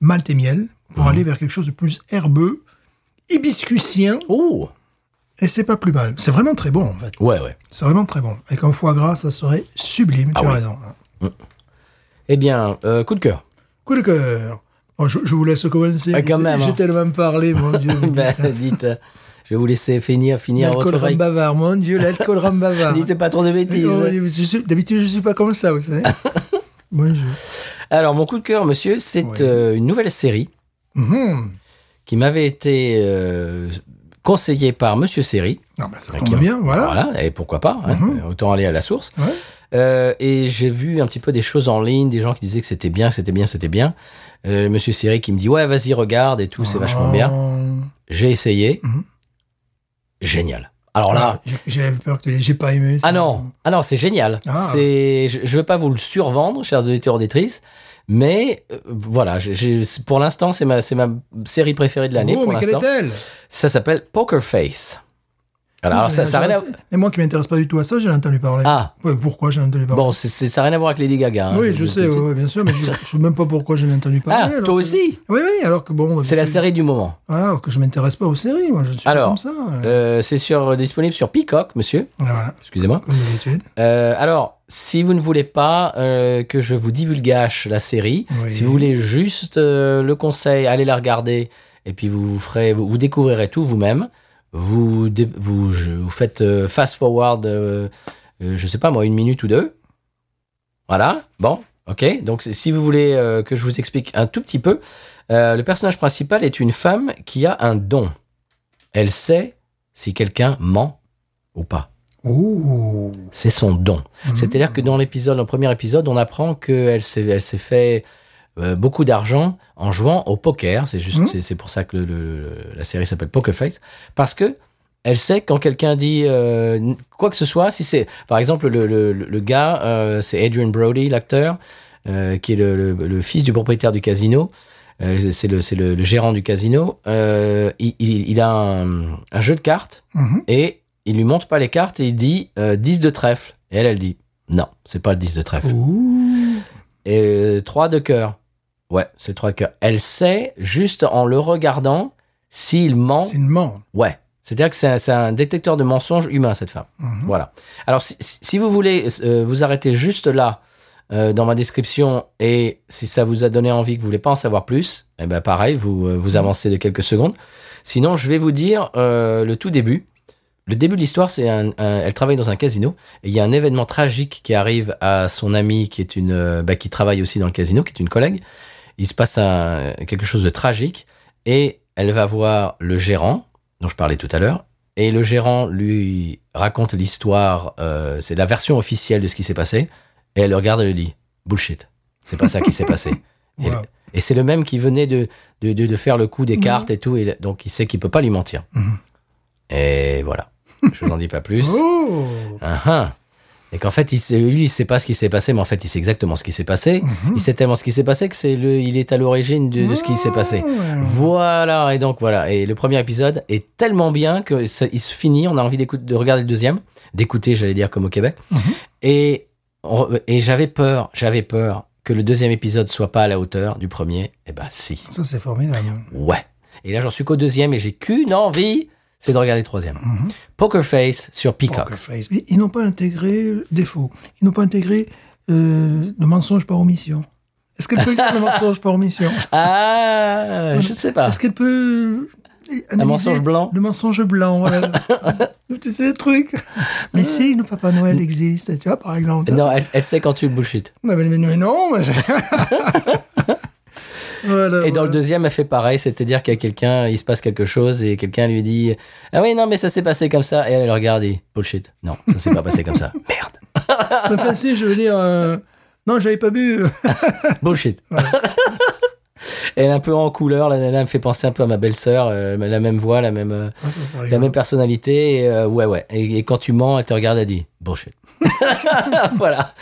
Speaker 2: malt et miel pour
Speaker 1: Mhm.
Speaker 2: aller vers quelque chose de plus herbeux, hibiscusien,
Speaker 1: Oh
Speaker 2: et c'est pas plus mal. C'est vraiment très bon, en fait.
Speaker 1: Ouais, ouais.
Speaker 2: C'est vraiment très bon. Avec un foie gras, ça serait sublime, tu as
Speaker 1: Ah oui.
Speaker 2: raison.
Speaker 1: Eh bien, euh, coup de cœur.
Speaker 2: Coup de cœur. Bon, je, je vous laisse commencer.
Speaker 1: Ah, quand
Speaker 2: J'ai-
Speaker 1: même, hein.
Speaker 2: J'ai tellement parlé, mon Dieu. vous
Speaker 1: Ben,
Speaker 2: dites, hein.
Speaker 1: dites, euh, je vais vous laisser finir, finir
Speaker 2: L'alcool
Speaker 1: votre
Speaker 2: rhum
Speaker 1: oreille.
Speaker 2: bavard, mon Dieu, l'alcool rhum bavard.
Speaker 1: Dites pas trop de bêtises.
Speaker 2: Oh, je suis- D'habitude, je suis pas comme ça, vous savez. Moi, je-
Speaker 1: Alors, mon coup de cœur, monsieur, c'est
Speaker 2: Oui.
Speaker 1: euh, une nouvelle série
Speaker 2: Mhm.
Speaker 1: qui m'avait été euh, conseillée par monsieur Série.
Speaker 2: Non, bah, ça
Speaker 1: Bah,
Speaker 2: tombe
Speaker 1: qui-
Speaker 2: bien, voilà.
Speaker 1: Voilà, et pourquoi pas, hein, autant aller à la source.
Speaker 2: Mhm. Ouais.
Speaker 1: Euh, et j'ai vu un petit peu des choses en ligne, des gens qui disaient que c'était bien, que c'était bien, c'était bien. Euh, Monsieur Siri qui me dit ouais, vas-y regarde et tout, c'est vachement bien.
Speaker 2: Oh.
Speaker 1: J'ai essayé,
Speaker 2: Ah. Mhm.
Speaker 1: génial. Alors Oh là,
Speaker 2: Ah, J'ai- J'avais peur que tu les j'ai pas aimé. ça.
Speaker 1: ah non, ah non, c'est génial.
Speaker 2: Ah.
Speaker 1: C'est, je, je veux pas vous le survendre, chers auditeurs auditrices, mais euh, voilà, j'ai- j'ai- c'est- pour l'instant c'est ma, c'est ma série préférée de l'année
Speaker 2: Oh,
Speaker 1: pour
Speaker 2: mais quelle
Speaker 1: l'instant.
Speaker 2: est-elle
Speaker 1: Ça s'appelle Poker Face. Alors,
Speaker 2: J'ai-
Speaker 1: ça, ça a
Speaker 2: j'ai
Speaker 1: rien à...
Speaker 2: entendu- Mais moi qui m'intéresse pas du tout à ça, j'ai entendu parler.
Speaker 1: Ah,
Speaker 2: Ouais, pourquoi j'ai entendu parler
Speaker 1: bon, c'est- c'est- ça a rien à voir avec Lady Gaga. hein,
Speaker 2: Oui,
Speaker 1: je
Speaker 2: je
Speaker 1: vous
Speaker 2: sais,
Speaker 1: le dis.
Speaker 2: ouais, ouais, bien sûr, mais je, je sais même pas pourquoi j'ai entendu parler.
Speaker 1: Ah,
Speaker 2: alors
Speaker 1: toi
Speaker 2: que-
Speaker 1: aussi
Speaker 2: Oui, oui, alors que bon.
Speaker 1: C'est la
Speaker 2: d'habitude-
Speaker 1: série du moment.
Speaker 2: Voilà, alors que je m'intéresse pas aux séries, moi, je ne suis
Speaker 1: Alors,
Speaker 2: pas comme ça. euh.
Speaker 1: Euh, c'est sur, disponible sur Peacock, monsieur.
Speaker 2: Voilà,
Speaker 1: Excusez-moi.
Speaker 2: comme d'habitude.
Speaker 1: Euh, alors, si vous ne voulez pas euh, que je vous divulgache la série,
Speaker 2: Oui.
Speaker 1: si vous voulez juste euh, le conseil, allez la regarder et puis vous, vous ferez, vous, vous découvrirez tout vous-même. Vous, dé- vous, je- vous faites euh, fast forward, euh, euh, je sais pas moi, une minute ou deux. Voilà. Bon, ok. Donc, c'est- si vous voulez euh, que je vous explique un tout petit peu, euh, le personnage principal est une femme qui a un don. Elle sait si quelqu'un ment ou pas.
Speaker 2: Oh.
Speaker 1: C'est son don. C'est-à-dire que dans l'épisode, dans le premier épisode, on apprend qu'elle s'est, elle s'est fait euh, beaucoup d'argent en jouant au poker. C'est juste,
Speaker 2: Mhm.
Speaker 1: c'est, c'est pour ça que le- le- la série s'appelle Poker Face. Parce que elle sait quand quelqu'un dit euh, quoi que ce soit, si c'est, par exemple, le, le- le gars, euh, c'est Adrian Brody, l'acteur, euh, qui est le, le- le fils du propriétaire du casino. Euh, c'est le, c'est le- le gérant du casino. Euh, il, il- il a un- un jeu de cartes
Speaker 2: Mhm.
Speaker 1: et il lui montre pas les cartes et il dit euh, 10 de trèfle. Et elle, elle dit non, c'est pas le 10 de trèfle. Oh.
Speaker 2: Ouh.
Speaker 1: Et euh, 3 de cœur. Ouais, c'est le 3 de cœur. Elle sait, juste en le regardant, s'il ment.
Speaker 2: C'est une mort.
Speaker 1: Ouais. C'est-à-dire que c'est un, c'est un détecteur de mensonges humain, cette femme.
Speaker 2: Mhm.
Speaker 1: Voilà. Alors, si, si- si vous voulez euh, vous arrêter juste là, euh, dans ma description, et si ça vous a donné envie que vous voulez pas en savoir plus, eh ben pareil, vous, euh, vous avancez de quelques secondes. Sinon, je vais vous dire euh, le tout début. Le début de l'histoire, c'est un, un- elle travaille dans un casino et il y a un événement tragique qui arrive à son amie qui est une, euh, bah, qui travaille aussi dans le casino, qui est une collègue. Il se passe un- quelque chose de tragique et elle va voir le gérant dont je parlais tout à l'heure et le gérant lui raconte l'histoire, euh, c'est la version officielle de ce qui s'est passé et elle le regarde et lui dit bullshit, c'est pas ça qui s'est passé. Et-
Speaker 2: Voilà.
Speaker 1: et c'est le même qui venait de, de, de, de faire le coup des
Speaker 2: Mhm.
Speaker 1: cartes et tout, et donc il sait qu'il peut pas lui mentir.
Speaker 2: Mhm.
Speaker 1: Et voilà. Je vous en dis pas plus.
Speaker 2: Oh.
Speaker 1: Ah, ah. Et qu'en fait, il sait, lui, il sait pas ce qui s'est passé, mais en fait, il sait exactement ce qui s'est passé.
Speaker 2: Mhm.
Speaker 1: Il sait tellement ce qui s'est passé que c'est le, il est à l'origine de, de ce qui
Speaker 2: Ah.
Speaker 1: s'est passé.
Speaker 2: Oh,
Speaker 1: Voilà. Et donc, voilà. Et le premier épisode est tellement bien que ça, il se finit. On a envie d'écouter, de regarder le deuxième. D'écouter, j'allais dire, comme au Québec.
Speaker 2: Mhm.
Speaker 1: Et, on- et j'avais peur, j'avais peur que le deuxième épisode soit pas à la hauteur du premier. Eh ben, si.
Speaker 2: Ça, c'est formidable.
Speaker 1: Ouais. Et là, j'en suis qu'au deuxième et j'ai qu'une envie, c'est de regarder le troisième. Poker Face sur Peacock.
Speaker 2: Mm-hmm. Poker Face. Mais ils n'ont pas intégré défaut. Ils n'ont pas intégré euh, le mensonge par omission. Est-ce qu'elle peut dire le mensonge par omission
Speaker 1: Ah, je sais pas.
Speaker 2: Est-ce qu'elle peut. euh, analyser
Speaker 1: mensonge blanc
Speaker 2: Le mensonge blanc, voilà. c'est le truc.
Speaker 1: Ah.
Speaker 2: Mais si le Papa Noël existe, tu vois, par exemple.
Speaker 1: Non, elle, elle sait quand tu bullshit.
Speaker 2: Non, mais, mais- mais non mais- Voilà,
Speaker 1: Et dans
Speaker 2: voilà.
Speaker 1: le deuxième, elle fait pareil, c'est-à-dire qu'il y a quelqu'un, il se passe quelque chose et quelqu'un lui dit Ah oui, non, mais ça s'est passé comme ça. Et elle, elle regarde et bullshit. Non, ça s'est pas passé comme ça. Merde.
Speaker 2: Enfin, si, je veux dire. euh, Non, j'avais pas Ah, bu.
Speaker 1: Bullshit. elle est un peu en couleur, la nana elle me fait penser un peu à ma belle-sœur, euh, la même voix, la même. euh,
Speaker 2: Ah, ça, ça
Speaker 1: La
Speaker 2: rigole.
Speaker 1: même personnalité, et, euh, ouais, ouais. Et, et quand tu mens, elle te regarde, elle dit bullshit. voilà.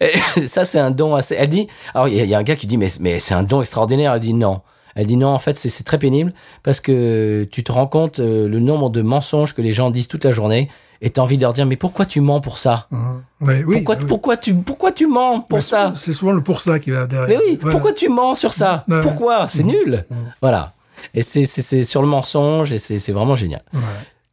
Speaker 1: Et ça, c'est un don assez. Elle dit. Alors, il y, a- il y a un gars qui dit, mais, mais c'est un don extraordinaire. Elle dit non. Elle dit non, en fait, c'est c'est très pénible parce que tu te rends compte euh, le nombre de mensonges que les gens disent toute la journée et t'as envie de leur dire, mais pourquoi tu mens pour ça
Speaker 2: Hein. Ouais, oui,
Speaker 1: pourquoi,
Speaker 2: bah oui.
Speaker 1: pourquoi, tu, pourquoi tu mens pour
Speaker 2: Mais
Speaker 1: ça
Speaker 2: sou- Bah, C'est souvent le pour ça qui va derrière.
Speaker 1: mais oui,
Speaker 2: Voilà.
Speaker 1: pourquoi tu mens sur ça
Speaker 2: Ouais.
Speaker 1: Pourquoi C'est
Speaker 2: Mhm.
Speaker 1: nul.
Speaker 2: Mhm.
Speaker 1: Voilà. Et c'est- c'est c'est sur le mensonge et c'est c'est vraiment génial.
Speaker 2: Ouais.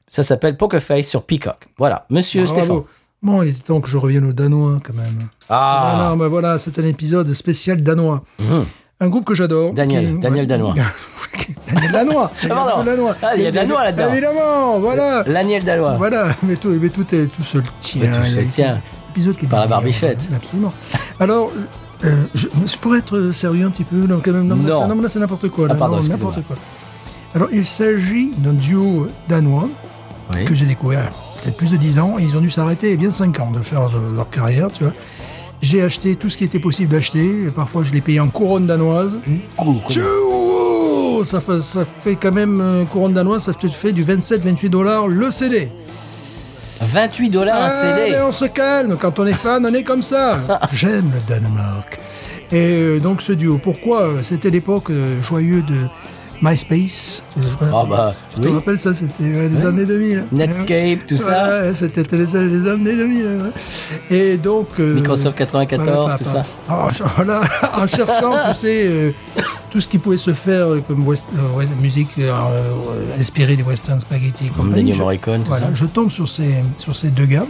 Speaker 1: Ça s'appelle Poker Face sur Peacock. Voilà, monsieur
Speaker 2: Ah, Bravo.
Speaker 1: Stéphane.
Speaker 2: Bon, il était temps que je revienne aux Danois quand même. Ah.
Speaker 1: Ah,
Speaker 2: non, mais voilà, c'est un épisode spécial danois.
Speaker 1: Mhm.
Speaker 2: Un groupe que j'adore.
Speaker 1: Daniel, Daniel Danois.
Speaker 2: Daniel Danois.
Speaker 1: pardon.
Speaker 2: Daniel Danois.
Speaker 1: Ah, il y a Danois là-dedans.
Speaker 2: Évidemment, voilà.
Speaker 1: L'Aniel Danois.
Speaker 2: Voilà, mais tout, mais tout est tout seul. Tiens,
Speaker 1: Mais tout seul,
Speaker 2: il y a
Speaker 1: tiens.
Speaker 2: un épisode qui est
Speaker 1: Par la
Speaker 2: bien,
Speaker 1: barbichette.
Speaker 2: euh, Absolument. Alors, euh, je, je pourrais être sérieux un petit peu, non, quand même. Non, mais
Speaker 1: Non.
Speaker 2: là, c'est- mais là, c'est n'importe quoi. là,
Speaker 1: Ah, pardon,
Speaker 2: non,
Speaker 1: excusez-moi.
Speaker 2: n'importe quoi. Alors, il s'agit d'un duo danois
Speaker 1: Oui.
Speaker 2: que j'ai découvert il y a peut-être plus de 10 ans et ils ont dû s'arrêter bien 5 ans de faire euh, leur carrière, tu vois. J'ai acheté tout ce qui était possible d'acheter. et Parfois, je l'ai payé en couronne danoise.
Speaker 1: Mmh.
Speaker 2: Tchou ça, fait, ça fait quand même euh, couronne danoise, ça te fait du 27-28 dollars le CD.
Speaker 1: 28 dollars un
Speaker 2: Allez,
Speaker 1: CD.
Speaker 2: Ah, ben, on se calme, quand on est fan, on est comme ça. J'aime le Danemark. Et euh, donc ce duo, pourquoi euh, C'était l'époque euh, joyeuse de MySpace. Je sais pas,
Speaker 1: Ah bah,
Speaker 2: tu
Speaker 1: oui.
Speaker 2: te rappelles ça, c'était euh, les
Speaker 1: Oui.
Speaker 2: années 2000.
Speaker 1: Netscape, tout ça.
Speaker 2: Ouais, c'était les, les années 2000. ouais. Et donc... euh,
Speaker 1: Microsoft 94,
Speaker 2: voilà,
Speaker 1: tout
Speaker 2: papa.
Speaker 1: ça.
Speaker 2: Ah, je- voilà, en cherchant, tu sais, euh, tout ce qui pouvait se faire euh, comme west- euh, west- musique euh, euh, inspirée des western spaghetti. et compagnie.
Speaker 1: Ennio
Speaker 2: Je-
Speaker 1: Morricone, tout
Speaker 2: voilà,
Speaker 1: ça.
Speaker 2: je tombe sur ces, sur ces deux gars.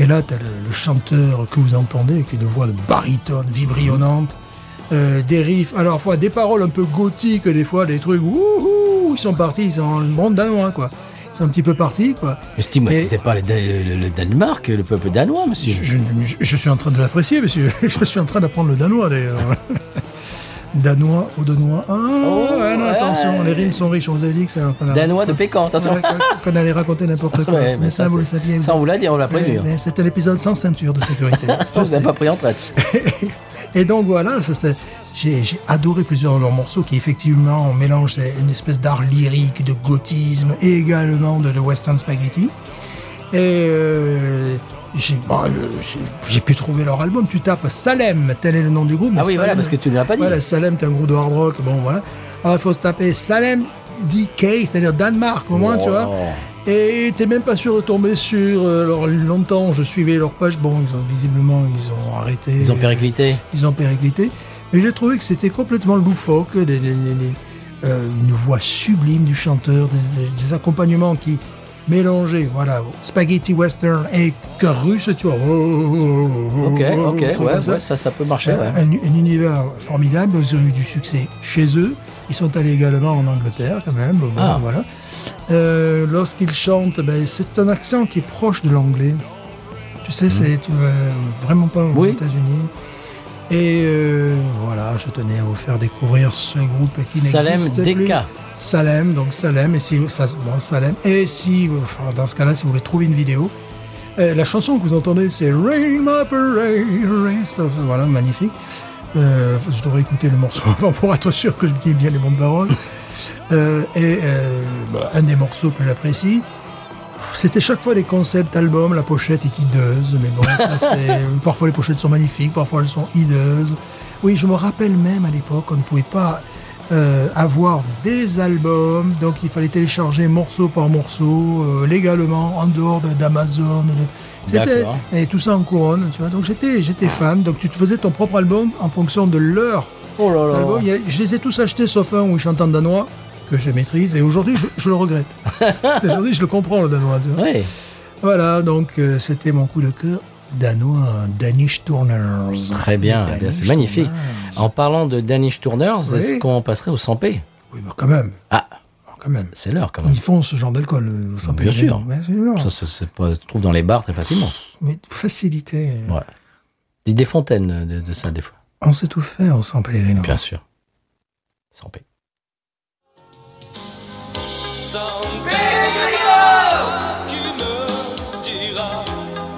Speaker 2: Et là, tu as le, le chanteur que vous entendez, avec une voix de baryton vibrillonnante, euh, des riffs, alors fois des paroles un peu gothiques, des fois des trucs, wouhou, ils sont partis, ils sont dans le monde danois, quoi. Ils sont un petit peu partis, quoi.
Speaker 1: Je stigmatisais pas le, Dan- le- le Danemark, le peuple danois, monsieur.
Speaker 2: Je, je- je suis en train de l'apprécier, monsieur. Je suis en train d'apprendre le danois, d'ailleurs. danois ou danois. Ah, ouais, non,
Speaker 1: Oh, ouais.
Speaker 2: attention, les rimes sont riches. On vous avait dit que c'est un. qu'on a-
Speaker 1: Danois de Pékin, attention.
Speaker 2: Ouais, qu'on qu'on allait raconter n'importe quoi.
Speaker 1: Ouais,
Speaker 2: mais
Speaker 1: mais
Speaker 2: ça, vous le
Speaker 1: c'est-
Speaker 2: saviez.
Speaker 1: ça, on vous l'a dit, on l'a
Speaker 2: Ouais,
Speaker 1: prévu. hein.
Speaker 2: C'était l'épisode sans ceinture de sécurité. Je
Speaker 1: Vous n'avez
Speaker 2: sais.
Speaker 1: pas pris en traite.
Speaker 2: Et donc voilà, ça, c'est- j'ai j'ai adoré plusieurs de leurs morceaux qui effectivement mélangent une espèce d'art lyrique, de gothisme et également de, de western spaghetti. Et euh, j'ai bon, euh, j'ai- j'ai pu trouver leur album. Tu tapes Salem, tel est le nom du groupe. mais
Speaker 1: Ah oui, voilà,
Speaker 2: Salem-
Speaker 1: parce que tu ne l'as pas dit.
Speaker 2: Voilà, Salem, t'es un groupe de hard rock. Bon, voilà. Alors il faut se taper Salem DK, c'est-à-dire Danemark au moins, tu vois.
Speaker 1: Oh.
Speaker 2: Et t'es même pas sûr de tomber sur. euh, Alors longtemps, je suivais leur page. Bon, ils ont visiblement, ils ont arrêté.
Speaker 1: Ils ont périclité.
Speaker 2: Ils ont périclité. Mais j'ai trouvé que c'était complètement loufoque, les- les- les- les- euh, une voix sublime du chanteur, des, des- des accompagnements qui mélangeaient, voilà, spaghetti western et chœur russe, tu vois.
Speaker 1: Ok,
Speaker 2: Ok,
Speaker 1: ok, ouais, ouais, ça, ça peut marcher. ouais.
Speaker 2: Euh, un, un univers formidable, ils ont eu du succès chez eux. Ils sont allés également en Angleterre, quand même. Bon,
Speaker 1: Ah.
Speaker 2: voilà. Euh, Lorsqu'ils chantent, ben, c'est un accent qui est proche de l'anglais. Tu sais, c'est euh, vraiment pas aux
Speaker 1: Hmm. Oui.
Speaker 2: États-Unis. Et euh, voilà, je tenais à vous faire découvrir ce groupe qui n'existe
Speaker 1: Salem
Speaker 2: plus.
Speaker 1: DK.
Speaker 2: Salem, donc Salem, et si ça, bon, Salem, et si enfin, dans ce cas-là, si vous voulez trouver une vidéo, euh, la chanson que vous entendez, c'est Rain My Parade, Rain, ça, ça, voilà, magnifique. Euh, je devrais écouter le morceau avant pour être sûr que je dis bien les bonnes paroles. Euh, et euh, bah, un des morceaux que j'apprécie, C'était chaque fois des concepts albums, la pochette est hideuse, mais bon, ça, c'est- parfois les pochettes sont magnifiques, parfois elles sont hideuses. Oui, je me rappelle même à l'époque, on ne pouvait pas euh, avoir des albums, donc il fallait télécharger morceau par morceau, euh, légalement, en dehors de- d'Amazon. de- C'était
Speaker 1: D'accord.
Speaker 2: et tout ça en couronne, tu vois. Donc j'étais j'étais fan, donc tu te faisais ton propre album en fonction de l'heure
Speaker 1: Oh là
Speaker 2: Album, il y a- je les ai tous achetés sauf un où ils chantent en danois, que je maîtrise, et aujourd'hui je, je le regrette. aujourd'hui je le comprends le danois. tu vois.
Speaker 1: Ouais.
Speaker 2: Voilà, donc euh, c'était mon coup de cœur danois, Danish Turners.
Speaker 1: Très bien,
Speaker 2: Les
Speaker 1: eh bien, c'est
Speaker 2: Danish
Speaker 1: magnifique.
Speaker 2: Turners.
Speaker 1: En parlant de Danish Tourners,
Speaker 2: Oui.
Speaker 1: est-ce qu'on passerait au 100p
Speaker 2: Oui, mais quand même,
Speaker 1: Ah,
Speaker 2: quand même.
Speaker 1: c'est l'heure quand même.
Speaker 2: Ils font ce genre d'alcool. euh, sans
Speaker 1: Bien
Speaker 2: payer
Speaker 1: sûr.
Speaker 2: dedans. Ouais, c'est énorme.
Speaker 1: Ça, ça, se peut- se trouve dans les bars très facilement. ça.
Speaker 2: Mais facilité. euh,
Speaker 1: Ouais. Des, des fontaines de, de ça, des fois.
Speaker 2: On sait tout faire on San Pellegrino.
Speaker 1: Bien sûr. 100p.
Speaker 3: Sans Pellegrino qui me dira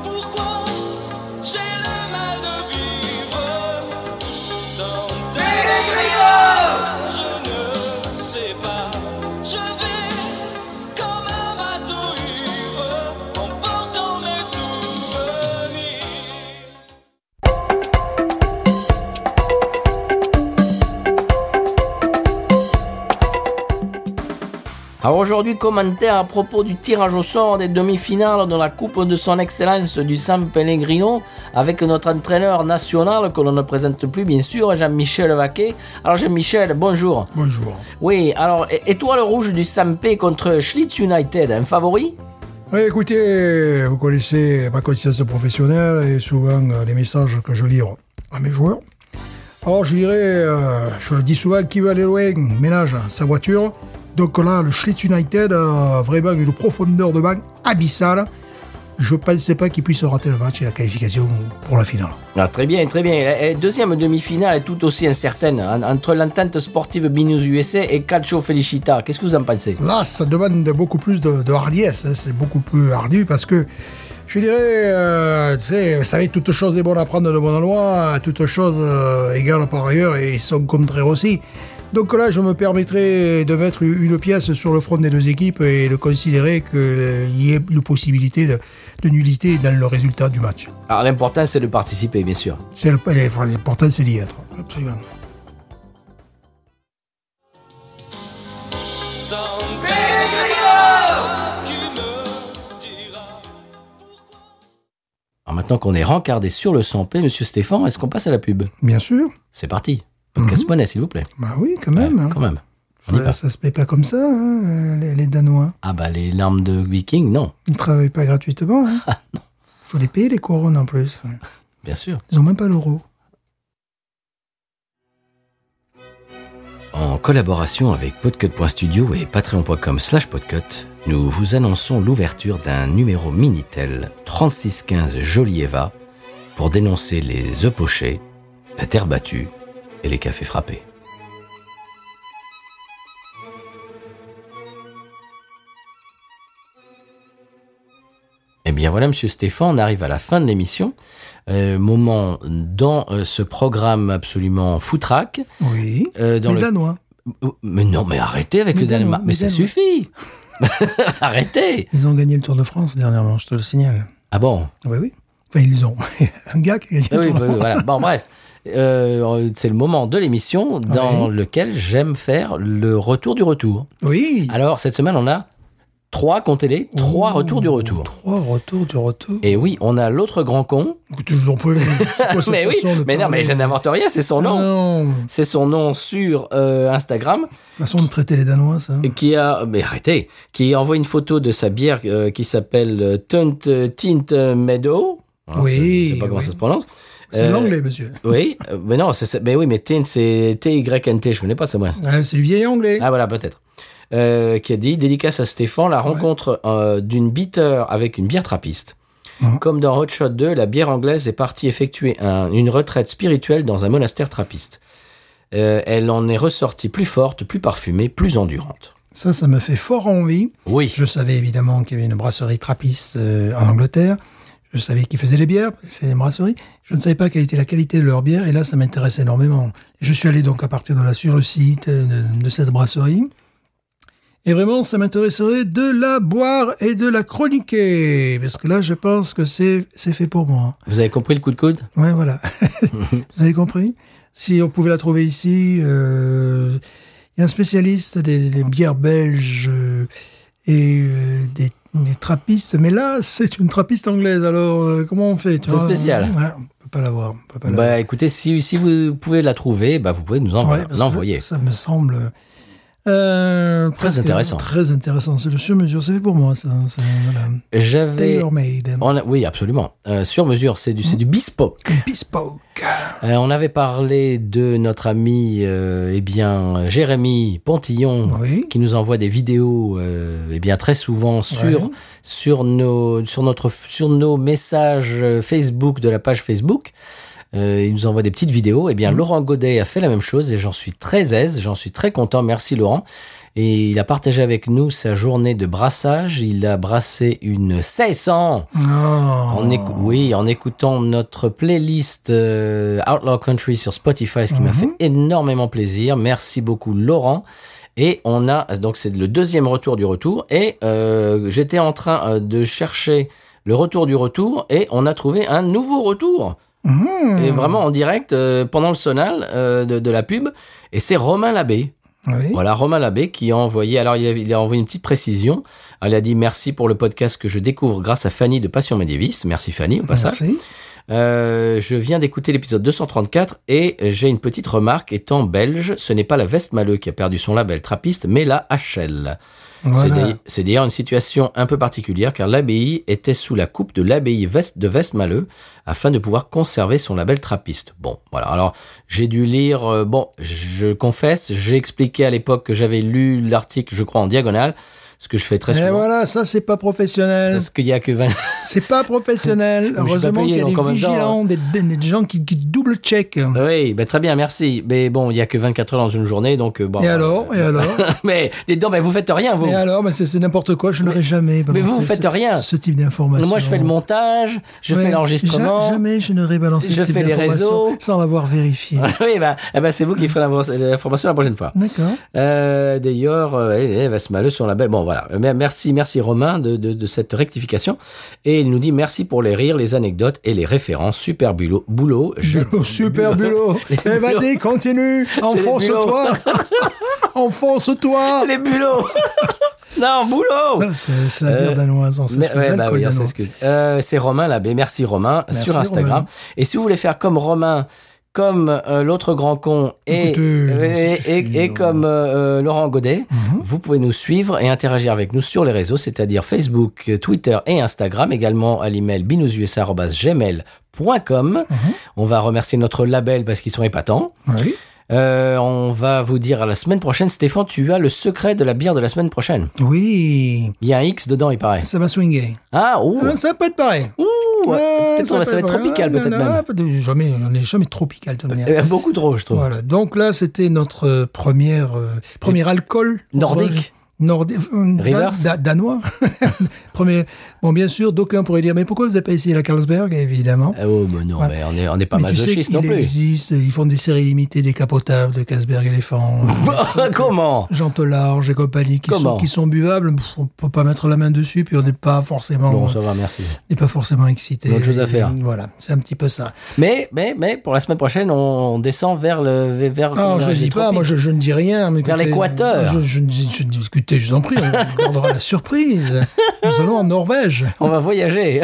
Speaker 3: pourquoi j'ai le mal de vivre. Sans Pellegrino, je ne sais pas. Je vais comme un bateau ivre en portant mes souvenirs.
Speaker 1: Alors aujourd'hui, commentaire à propos du tirage au sort des demi-finales de la Coupe de son Excellence du San Pellegrino avec notre entraîneur national que l'on ne présente plus bien sûr, Jean-Michel Vaquet. Alors Jean-Michel, bonjour.
Speaker 2: Bonjour.
Speaker 1: Oui, alors é- étoile rouge du Sampé contre Schlitz United, un favori
Speaker 2: Ouais, écoutez, vous connaissez ma conscience professionnelle et souvent euh, les messages que je livre à mes joueurs. Alors je dirais, euh, je le dis souvent, qui veut aller loin ménage sa voiture. Donc là, le Schlitz United a vraiment une profondeur de banc abyssale. Je ne pensais pas qu'il puisse rater le match et la qualification pour la finale.
Speaker 1: Ah, très bien, très bien. Et- et deuxième demi-finale est tout aussi incertaine en- entre l'entente sportive Binous USA et Calcio Felicita. Qu'est-ce que vous en pensez
Speaker 2: Là, ça demande beaucoup plus de, de hardiesse. hein. C'est beaucoup plus ardu parce que, je dirais, euh, tu sais, vous savez, toute chose est bonne à prendre de bon loi, toute chose euh, égale par ailleurs et son contraire aussi. Donc là, je me permettrais de mettre une pièce sur le front des deux équipes et de considérer qu'il y ait une possibilité de, de nullité dans le résultat du match.
Speaker 1: Alors l'important c'est de participer, bien sûr.
Speaker 2: C'est le- enfin, L'important, c'est d'y être. Absolument.
Speaker 3: Sans Pellegrino qui me dira
Speaker 1: Alors maintenant qu'on est rencardé sur le Sampé, monsieur Stéphane, est-ce qu'on passe à la pub
Speaker 2: Bien sûr.
Speaker 1: C'est parti. Podcast Monnaie, s'il vous plaît.
Speaker 2: Bah oui, quand même.
Speaker 1: Ouais,
Speaker 2: hein.
Speaker 1: Quand même. On y
Speaker 2: Ça,
Speaker 1: passe.
Speaker 2: ça se paye pas comme ça, hein, les- les Danois.
Speaker 1: Ah bah les larmes de Viking, non,
Speaker 2: Ils ne travaillent pas gratuitement. Il
Speaker 1: Ah,
Speaker 2: faut les payer les couronnes en plus.
Speaker 1: bien sûr.
Speaker 2: Ils n'ont même pas l'euro.
Speaker 1: En collaboration avec podcut.studio et patreon.com slash podcut, nous vous annonçons l'ouverture d'un numéro Minitel 3615 Jolieva pour dénoncer les œufs pochés, la terre battue et les cafés frappés. Eh bien voilà, Monsieur Stéphane, on arrive à la fin de l'émission. Euh, moment dans euh, ce programme absolument foutraque.
Speaker 2: Oui.
Speaker 1: euh, dans
Speaker 2: les
Speaker 1: le-
Speaker 2: Danois.
Speaker 1: Oh, mais non, mais arrêtez avec
Speaker 2: Mais
Speaker 1: le Danemark.
Speaker 2: Danemark,
Speaker 1: Mais
Speaker 2: mais
Speaker 1: ça
Speaker 2: Danemark.
Speaker 1: suffit. arrêtez.
Speaker 2: Ils ont gagné le Tour de France dernièrement, je te le signale.
Speaker 1: Ah bon
Speaker 2: Ah bah oui. Enfin, ils ont. Un gars qui a gagné
Speaker 1: Ah
Speaker 2: le
Speaker 1: oui,
Speaker 2: Tour de
Speaker 1: oui,
Speaker 2: France.
Speaker 1: voilà. Bon, bref. Euh, c'est le moment de l'émission dans
Speaker 2: Oui.
Speaker 1: lequel j'aime faire le retour du retour.
Speaker 2: Oui.
Speaker 1: Alors, cette semaine, on a trois, comptez-les, trois
Speaker 2: Oh,
Speaker 1: retours du retour.
Speaker 2: Trois retours du retour.
Speaker 1: Et oui, on a l'autre grand con.
Speaker 2: Écoutez, je vous en prie. c'est quoi cette
Speaker 1: mais oui,
Speaker 2: façon de
Speaker 1: mais non,
Speaker 2: parler Ah
Speaker 1: mais je n'invente rien, c'est son nom.
Speaker 2: Non.
Speaker 1: C'est son nom sur euh, Instagram.
Speaker 2: Façon de traiter les Danois, ça.
Speaker 1: qui a mais arrêtez qui envoie une photo de sa bière euh, qui s'appelle euh, Tunt euh, Tint Meadow. Alors,
Speaker 2: Oui,
Speaker 1: Ah, je- je sais pas comment
Speaker 2: oui.
Speaker 1: ça se prononce.
Speaker 2: C'est
Speaker 1: Euh,
Speaker 2: de l'anglais, monsieur.
Speaker 1: Oui, euh, mais non, c'est- c'est- mais oui, mais Tint c'est T Y N T, je connais pas ça moi.
Speaker 2: Ah, c'est du vieil anglais.
Speaker 1: Ah voilà, peut-être. Euh, qui a dit dédicace à Stéphane, la rencontre euh, d'une bitter avec une bière trappiste.
Speaker 2: Mhm.
Speaker 1: Comme dans Hot Shot 2, la bière anglaise est partie effectuer un- une retraite spirituelle dans un monastère trappiste. Euh, elle en est ressortie plus forte, plus parfumée, plus endurante.
Speaker 2: Ça, ça me fait fort envie.
Speaker 1: Oui.
Speaker 2: Je savais évidemment qu'il y avait une brasserie Trappiste euh, en Angleterre. Je savais qu'ils faisaient des bières, c'est une brasserie. Je ne savais pas quelle était la qualité de leurs bières et là, ça m'intéresse énormément. Je suis allé donc à partir de là sur le site euh, de, de cette brasserie. Et vraiment, ça m'intéresserait de la boire et de la chroniquer. Parce que là, je pense que c'est c'est fait pour moi.
Speaker 1: Vous avez compris le coup de coude
Speaker 2: Ouais, voilà. Vous avez compris Si on pouvait la trouver ici, euh, il y a un spécialiste des, des bières belges euh, et euh, des, des trappistes. Mais là, c'est une trappiste anglaise. Alors, euh, comment on fait tu
Speaker 1: C'est
Speaker 2: vois
Speaker 1: spécial.
Speaker 2: Ouais, on peut pas l'avoir. on peut pas l'avoir.
Speaker 1: Bah écoutez, si, si vous pouvez la trouver, bah, vous pouvez nous en-
Speaker 2: Ouais, parce que
Speaker 1: l'envoyer.
Speaker 2: Ça me semble. euh, presque
Speaker 1: intéressant.
Speaker 2: Très intéressant. C'est le sur-mesure. C'est fait pour moi, ça. ça, voilà.
Speaker 1: J'avais.
Speaker 2: Tailor-made.
Speaker 1: on a- oui, absolument. Euh, sur mesure, c'est du, c'est du bespoke.
Speaker 2: Bespoke.
Speaker 1: Euh, on avait parlé de notre ami, euh, eh bien, euh, Jérémy Pontillon,
Speaker 2: Oui.
Speaker 1: qui nous envoie des vidéos, euh, eh bien, très souvent sur
Speaker 2: Ouais.
Speaker 1: sur nos sur notre sur nos messages euh, Facebook de la page Facebook. Euh, il nous envoie des petites vidéos. Eh bien, Laurent Godet a fait la même chose et j'en suis très aise, j'en suis très content. Merci Laurent. Et il a partagé avec nous sa journée de brassage. Il a brassé une 1600. En
Speaker 2: Oh.
Speaker 1: écou- oui, en écoutant notre playlist euh, Outlaw Country sur Spotify, ce qui m'a fait énormément plaisir. Merci beaucoup, Laurent. Et on a, donc c'est le deuxième retour du retour. Et euh, j'étais en train euh, de chercher le retour du retour et on a trouvé un nouveau retour. Et
Speaker 2: Mhm.
Speaker 1: vraiment en direct euh, pendant le sonal euh, de, de la pub. Et c'est Romain Labbé.
Speaker 2: Oui.
Speaker 1: Voilà, Romain Labbé qui a envoyé, alors il a, il a envoyé une petite précision. Elle a dit merci pour le podcast que je découvre grâce à Fanny de Passion Médiéviste. Merci Fanny, au passage.
Speaker 2: Merci.
Speaker 1: Euh, je viens d'écouter l'épisode 234 et j'ai une petite remarque. Étant belge, ce n'est pas la Vestmaleux qui a perdu son label trappiste, mais la HL. C'est
Speaker 2: Voilà.
Speaker 1: d'ailleurs- C'est d'ailleurs une situation un peu particulière car l'abbaye était sous la coupe de l'abbaye Vest- de Westmaleux afin de pouvoir conserver son label trappiste. Bon, voilà. Alors, j'ai dû lire, euh, bon, je confesse, j'ai expliqué à l'époque que j'avais lu l'article, je crois, en diagonale, ce que je fais très
Speaker 2: Et
Speaker 1: souvent.
Speaker 2: Eh, voilà, ça c'est pas professionnel.
Speaker 1: Parce qu'il y a que 20...
Speaker 2: C'est pas professionnel.
Speaker 1: suis pas
Speaker 2: Heureusement
Speaker 1: payé,
Speaker 2: qu'il y a
Speaker 1: donc en
Speaker 2: des
Speaker 1: même temps,
Speaker 2: vigilants, des, des gens qui, qui double-check.
Speaker 1: Oui, ben très bien, merci. Mais bon, il n'y a que 24 heures dans une journée, donc euh, bon.
Speaker 2: et
Speaker 1: euh,
Speaker 2: alors Et alors
Speaker 1: Mais dites donc, mais vous faites rien, vous.
Speaker 2: Et alors Mais euh, c'est c'est n'importe quoi, je n'aurais jamais.
Speaker 1: mais vous, vous
Speaker 2: balancé
Speaker 1: faites
Speaker 2: ce-
Speaker 1: rien.
Speaker 2: Ce type d'information.
Speaker 1: Moi, je fais le montage, je
Speaker 2: bah, Ouais,
Speaker 1: fais l'enregistrement.
Speaker 2: ja- Jamais je n'aurais balancé
Speaker 1: Je
Speaker 2: ce type
Speaker 1: fais les
Speaker 2: d'information
Speaker 1: réseaux.
Speaker 2: sans l'avoir vérifié.
Speaker 1: oui, bah, eh ben, c'est vous qui ferez l'infor- l'information la prochaine fois.
Speaker 2: D'accord.
Speaker 1: Euh, D'ailleurs, euh, eh, eh, Vasmaleux sur la belle. Bon, voilà. Mais Merci, merci Romain de, de, de cette rectification. Et il nous dit merci pour les rires, les anecdotes et les références. Super bulo- boulot. J'ai-
Speaker 2: Bulot, super bulot.
Speaker 1: Les
Speaker 2: Eh,
Speaker 1: bulots.
Speaker 2: vas-y, continue. Enfonce-toi. Enfonce-toi.
Speaker 1: Les bulots Non, boulot
Speaker 2: Ah, C'est c'est la bière
Speaker 1: Euh,
Speaker 2: danoise, on s'excuse,
Speaker 1: Mais- ouais, bah
Speaker 2: l'alcool
Speaker 1: oui, on
Speaker 2: danois.
Speaker 1: s'excuse. Euh, c'est Romain Labbé. Merci Romain
Speaker 2: Merci,
Speaker 1: sur Instagram.
Speaker 2: Romain.
Speaker 1: Et si vous voulez faire comme Romain, comme euh, l'autre grand con et,
Speaker 2: Écoutez,
Speaker 1: et,
Speaker 2: ça
Speaker 1: et-
Speaker 2: suffit,
Speaker 1: et
Speaker 2: Laurent.
Speaker 1: comme euh, euh, Laurent Godet,
Speaker 2: Mhm.
Speaker 1: vous pouvez nous suivre et interagir avec nous sur les réseaux, c'est-à-dire Facebook, euh, Twitter et Instagram, également à l'email binoususa.gmail.com.
Speaker 2: Mhm.
Speaker 1: On va remercier notre label parce qu'ils sont épatants.
Speaker 2: Oui.
Speaker 1: Euh, on va vous dire à la semaine prochaine. Stéphane, tu as le secret de la bière de la semaine prochaine.
Speaker 2: Oui.
Speaker 1: Il y a un X dedans, il paraît.
Speaker 2: Ça va swinguer.
Speaker 1: Ah, ouh.
Speaker 2: Ah, Ça peut être pareil.
Speaker 1: Ouh,
Speaker 2: Ouais,
Speaker 1: peut-être on va- ça va être
Speaker 2: pareil.
Speaker 1: tropical,
Speaker 2: Ah,
Speaker 1: peut-être
Speaker 2: non, non,
Speaker 1: même.
Speaker 2: peut-être Jamais, on n'est jamais tropical. de toute manière.
Speaker 1: Eh ben, beaucoup trop, je trouve.
Speaker 2: Voilà. Donc là, c'était notre euh, première, euh, premier alcool
Speaker 1: Nordique.
Speaker 2: Nordique. euh,
Speaker 1: Reverse.
Speaker 2: danois. premier. Bon, bien sûr, d'aucuns pourraient dire, mais pourquoi vous n'avez pas essayé la Carlsberg, évidemment.
Speaker 1: Ah, Oh, mais non,
Speaker 2: Ouais.
Speaker 1: mais on n'est on est pas
Speaker 2: mais tu sais
Speaker 1: masochiste
Speaker 2: qu'il
Speaker 1: non plus.
Speaker 2: existe, ils font des séries limitées des capotables, de Carlsberg euh, Elephant,
Speaker 1: Comment
Speaker 2: Jean Large et compagnie, qui,
Speaker 1: Comment
Speaker 2: sont, qui sont buvables. Pff, On peut pas mettre la main dessus, puis on n'est pas forcément,
Speaker 1: Bon, ça va, merci.
Speaker 2: on n'est pas forcément excité.
Speaker 1: Autre chose à faire.
Speaker 2: Voilà, c'est un petit peu ça.
Speaker 1: Mais, mais, mais, pour la semaine prochaine, on descend vers le. vers- vers
Speaker 2: Non, je
Speaker 1: les
Speaker 2: ne dis pas,
Speaker 1: tropiques.
Speaker 2: moi je, je ne dis rien. Mais
Speaker 1: Vers
Speaker 2: écoutez,
Speaker 1: l'équateur.
Speaker 2: Je, je, ne dis- je, ne dis- écoutez, je vous en prie, on gardera la surprise. Nous allons en Norvège.
Speaker 1: On va
Speaker 2: Ah,
Speaker 1: voyager.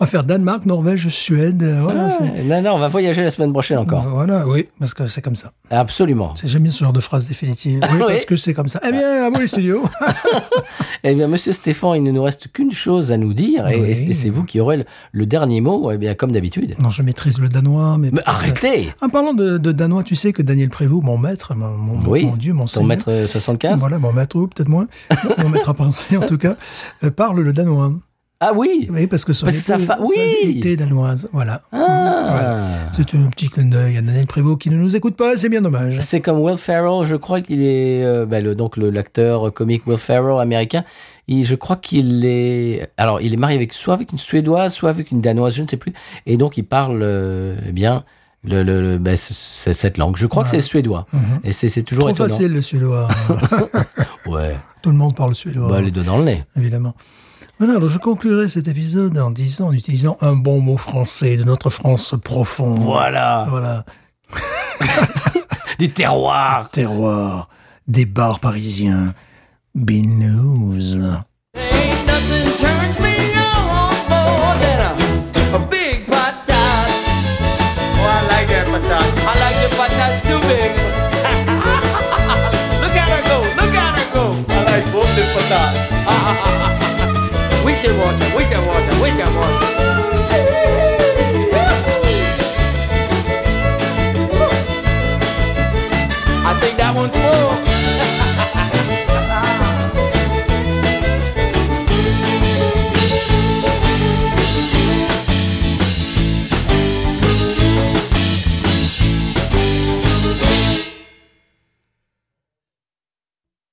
Speaker 2: On va faire Danemark, Norvège, Suède. euh,
Speaker 1: Ah,
Speaker 2: Voilà, c'est-
Speaker 1: non, non, on va voyager la semaine prochaine encore.
Speaker 2: voilà oui, parce que c'est comme ça.
Speaker 1: Absolument.
Speaker 2: C'est- J'aime bien ce genre de phrase définitive. Oui,
Speaker 1: Ah Oui.
Speaker 2: parce que c'est comme ça. Eh bien, à vous les studios.
Speaker 1: Eh bien, monsieur Stéphane, il ne nous reste qu'une chose à nous dire, et,
Speaker 2: Oui.
Speaker 1: et c'est vous qui aurez le, le dernier mot, eh bien, comme d'habitude.
Speaker 2: non, je maîtrise le danois, mais.
Speaker 1: Mais arrêtez
Speaker 2: En parlant de, de danois, tu sais que Daniel Prévost, mon maître, mon, mon-
Speaker 1: Oui,
Speaker 2: mon dieu, mon
Speaker 1: ton
Speaker 2: seigneur.
Speaker 1: maître euh, 75
Speaker 2: Voilà, mon maître, ou peut-être moins. mon maître à penser, en tout cas, euh, parle le danois.
Speaker 1: Ah oui
Speaker 2: Oui, parce que son
Speaker 1: Parce que sa
Speaker 2: épouse-
Speaker 1: fa-
Speaker 2: sa-
Speaker 1: oui
Speaker 2: était danoise. Voilà.
Speaker 1: Ah.
Speaker 2: Voilà. C'est un petit clin d'œil à Daniel Prévost qui ne nous écoute pas, c'est bien dommage.
Speaker 1: C'est comme Will Ferrell, je crois qu'il est euh, bah, le, donc le- l'acteur euh, comique Will Ferrell américain. Il, je crois qu'il est alors il est marié avec soit avec une suédoise, soit avec une danoise, je ne sais plus. Et donc il parle euh, eh bien le, le- le- bah, c- c- cette langue. Je crois que c'est le suédois. Et c'est, c'est toujours
Speaker 2: Trop
Speaker 1: étonnant.
Speaker 2: facile, le suédois.
Speaker 1: Ouais.
Speaker 2: Tout le monde parle suédois,
Speaker 1: Bah, les deux dans le nez.
Speaker 2: évidemment. Voilà, alors je conclurai cet épisode en disant, en utilisant un bon mot français de notre France profonde.
Speaker 1: Voilà.
Speaker 2: Voilà.
Speaker 1: Du terroir.
Speaker 2: Terroir, des bars parisiens, binouze.
Speaker 4: Ain't nothing turns me on more than a, a big patat. Oh, I like that patat. I like the patats too big. look at her go, look at her go. I like both the patats. we should watch her, we should watch her, we should watch her.